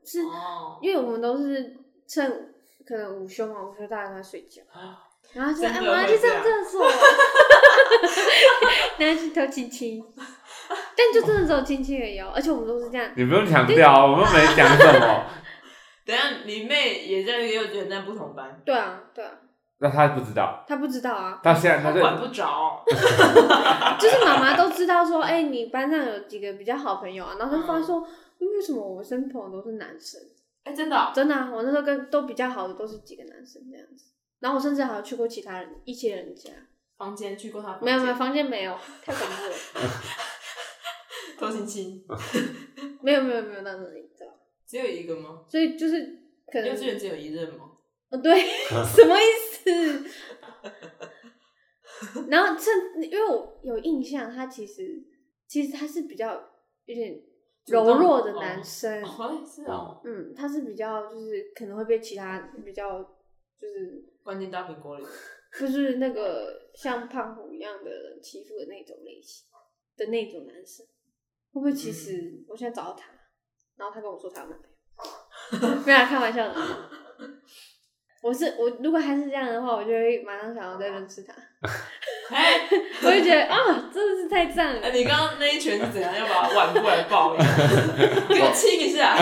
是、哦，因为我们都是趁可能午休嘛，午休大家都在睡觉，然后就说啊真的哎，我要会去这上样厕所， 然后去偷亲 亲，但就真的只有亲亲而已哦，而且我们都是这样，你不用强调，我们没讲什么。 等一下你妹也在幼稚园，但不同班，对啊，对啊，那他不知道，他不知道啊，他现在她他就管不着。就是妈妈都知道说，哎、你班上有几个比较好朋友啊，然后就嗯发现说，为什么我身边朋友都是男生？哎，真的哦真的、啊，我那时候跟都比较好的都是几个男生这样子。然后我甚至还有去过其他人一些人家，房间去过她房间，没有没有房间没有，太恐怖了，偷亲亲，没有没有没有到那里，对吧？只有一个吗？所以就是可幼能稚园只有一任吗？哦对， 什么意思？ 然后趁因为我有印象，他其实其实他是比较有点柔弱的男生，哦，是哦，哦，嗯，他是比较就是可能会被其他比较就是关进大苹果里。就是那个像胖虎一样的人欺负的那种类型的那种男生，会不会其实我现在找到他，然后他跟我说他有男朋友，没有啦开玩笑的啊。我是我，如果还是这样的话，我就会马上想要再认识他，哎，我就觉得啊，真的是太赞了哎，。你刚刚那一拳是怎样？要把它挽过来抱一下，给我亲一下。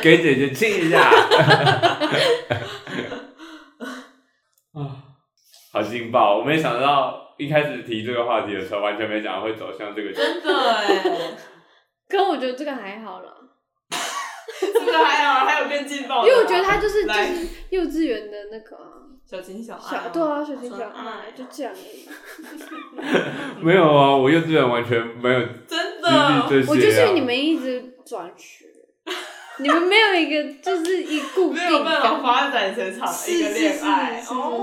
给姐姐亲一下。啊，好劲爆！我没想到一开始提这个话题的时候，完全没想到会走向这 个。真的哎，可我觉得这个还好啦，这个还好，还有更劲爆因的啊。为我觉得他就是就来哦是幼稚园的那个啊小情小爱小嘛，对啊，小情小真爱爱，就这样而已。没有啊，我幼稚园完全没有经真历的这些、哦啊。我就是你们一直转学，你们没有一个就是一固定没有办法的，发展成长一个恋爱。是是是是是哦，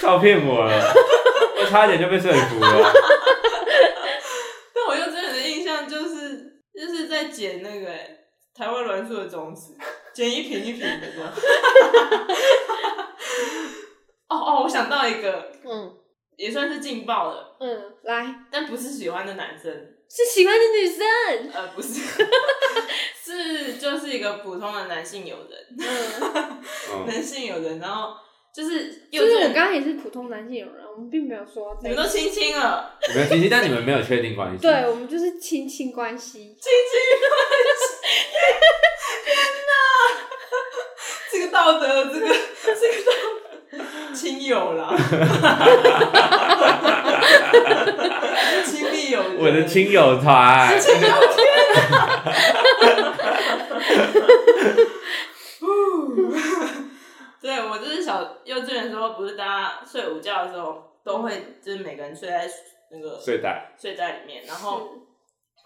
照骗 我了，我差点就被说服了。但我幼稚园的印象就是就是在剪那个欸台湾栾树的种子，剪一瓶一瓶的这样。哦哦，我想到一个嗯也算是劲爆的，嗯，来但不是喜欢的男生，是喜欢的女生，呃，不是， 是就是一个普通的男性友人，嗯， 嗯，男性友人，然后就是幼就稚是我园刚刚也是普通男性友人，我们并没有说你们都亲亲了。你们亲戚，但你们没有确定关系。对，我们就是亲亲关系，亲亲关系，天哪！这个道德，这个这个道德，亲友啦，亲密友人，我的亲友团，对我就是小幼稚园的时候，不是大家睡午觉的时候都会，就是每个人睡在那个睡袋，睡袋里面，然后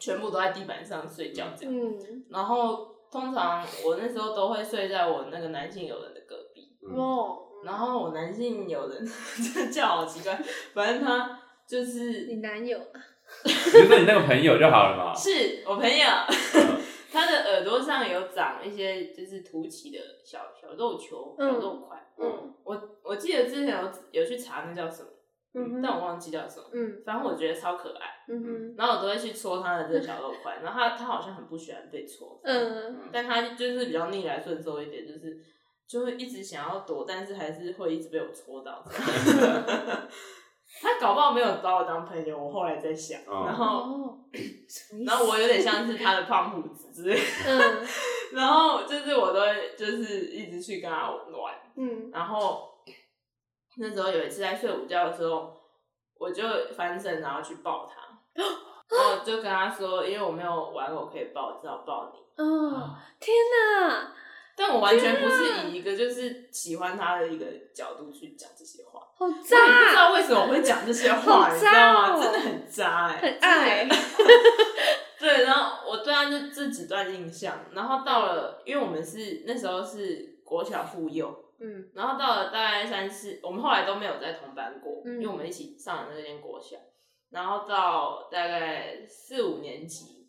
全部都在地板上睡觉这样。嗯，然后通常我那时候都会睡在我那个男性友人的隔壁，嗯哦，然后我男性友人 这叫好奇怪，反正他就是你男友啊比如说你那个朋友就好了 嘛。是我朋友，嗯他的耳朵上有长一些就是凸起的小小肉球、小嗯肉块。嗯我我记得之前有有去查那叫什么，嗯哼但我忘记叫什么。嗯反正我觉得超可爱，嗯哼然后我都会去戳他的这个小肉块，然后他他好像很不喜欢被戳，嗯但他就是比较逆来顺受一点，就是就会一直想要躲，但是还是会一直被我戳 到。他搞不好没有把我当朋友，我后来在想，哦然后哦，什么意思然后我有点像是他的胖虎子之类的，嗯然后就是我都会就是一直去跟他玩，嗯然后那时候有一次在睡午觉的时候，我就翻身然后去抱他， 然后就跟他说，因为我没有玩，我可以抱，只好抱你。哦，啊天哪，但我完全不是以一个就是喜欢他的一个角度去讲这些话，好我也不知渣，道为什么我会讲这些话，好你知道渣吗？哦真的很渣哎、很爱，对，然后我对他就这几段印象，然后到了，因为我们是那时候是国小附幼，嗯然后到了大概三四，我们后来都没有在同班过，嗯因为我们一起上的那间国小，然后到大概四五年级，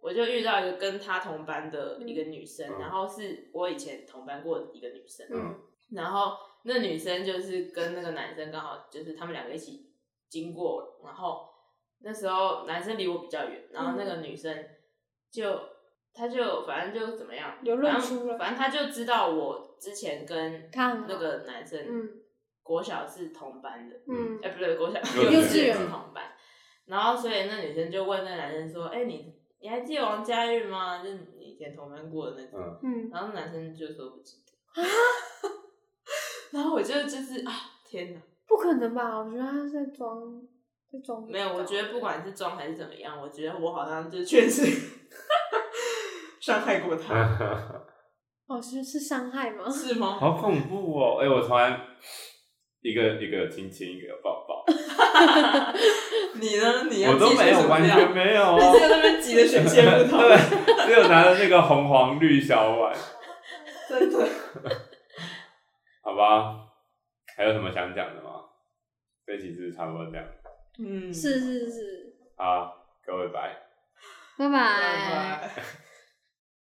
我就遇到一个跟他同班的一个女生，嗯然后是我以前同班过的一个女生，嗯然后那女生就是跟那个男生刚好就是他们两个一起经过，然后那时候男生离我比较远，然后那个女生就她就反正就怎么样，流露反出了正反正她就知道我之前跟他很好那个男生嗯国小是同班的，嗯哎、不对，国小幼幼稚稚园是同班，然后所以那女生就问那男生说：“哎、你你还记得王佳玉吗？就是你以前同班过的那个。”嗯，嗯，然后男生就说不记得。啊 然后我就就是啊，天哪！不可能吧？我觉得他是在装，在装不知没道。有，我觉得不管是装还是怎么样，我觉得我好像就确实 伤害过啊他，哦，是是伤害吗？是吗？嗯好恐怖哦！哎、我从来一个一个亲亲，一个抱抱，你呢？你要我都继续没怎有，么完样全没有你 哦是。在那边挤的水泄 不通，对，只有拿着那个红黄绿小碗，真的。好吧？还有什么想讲的吗？这期是差不多这样，嗯，是是是，好，各位拜。拜拜拜。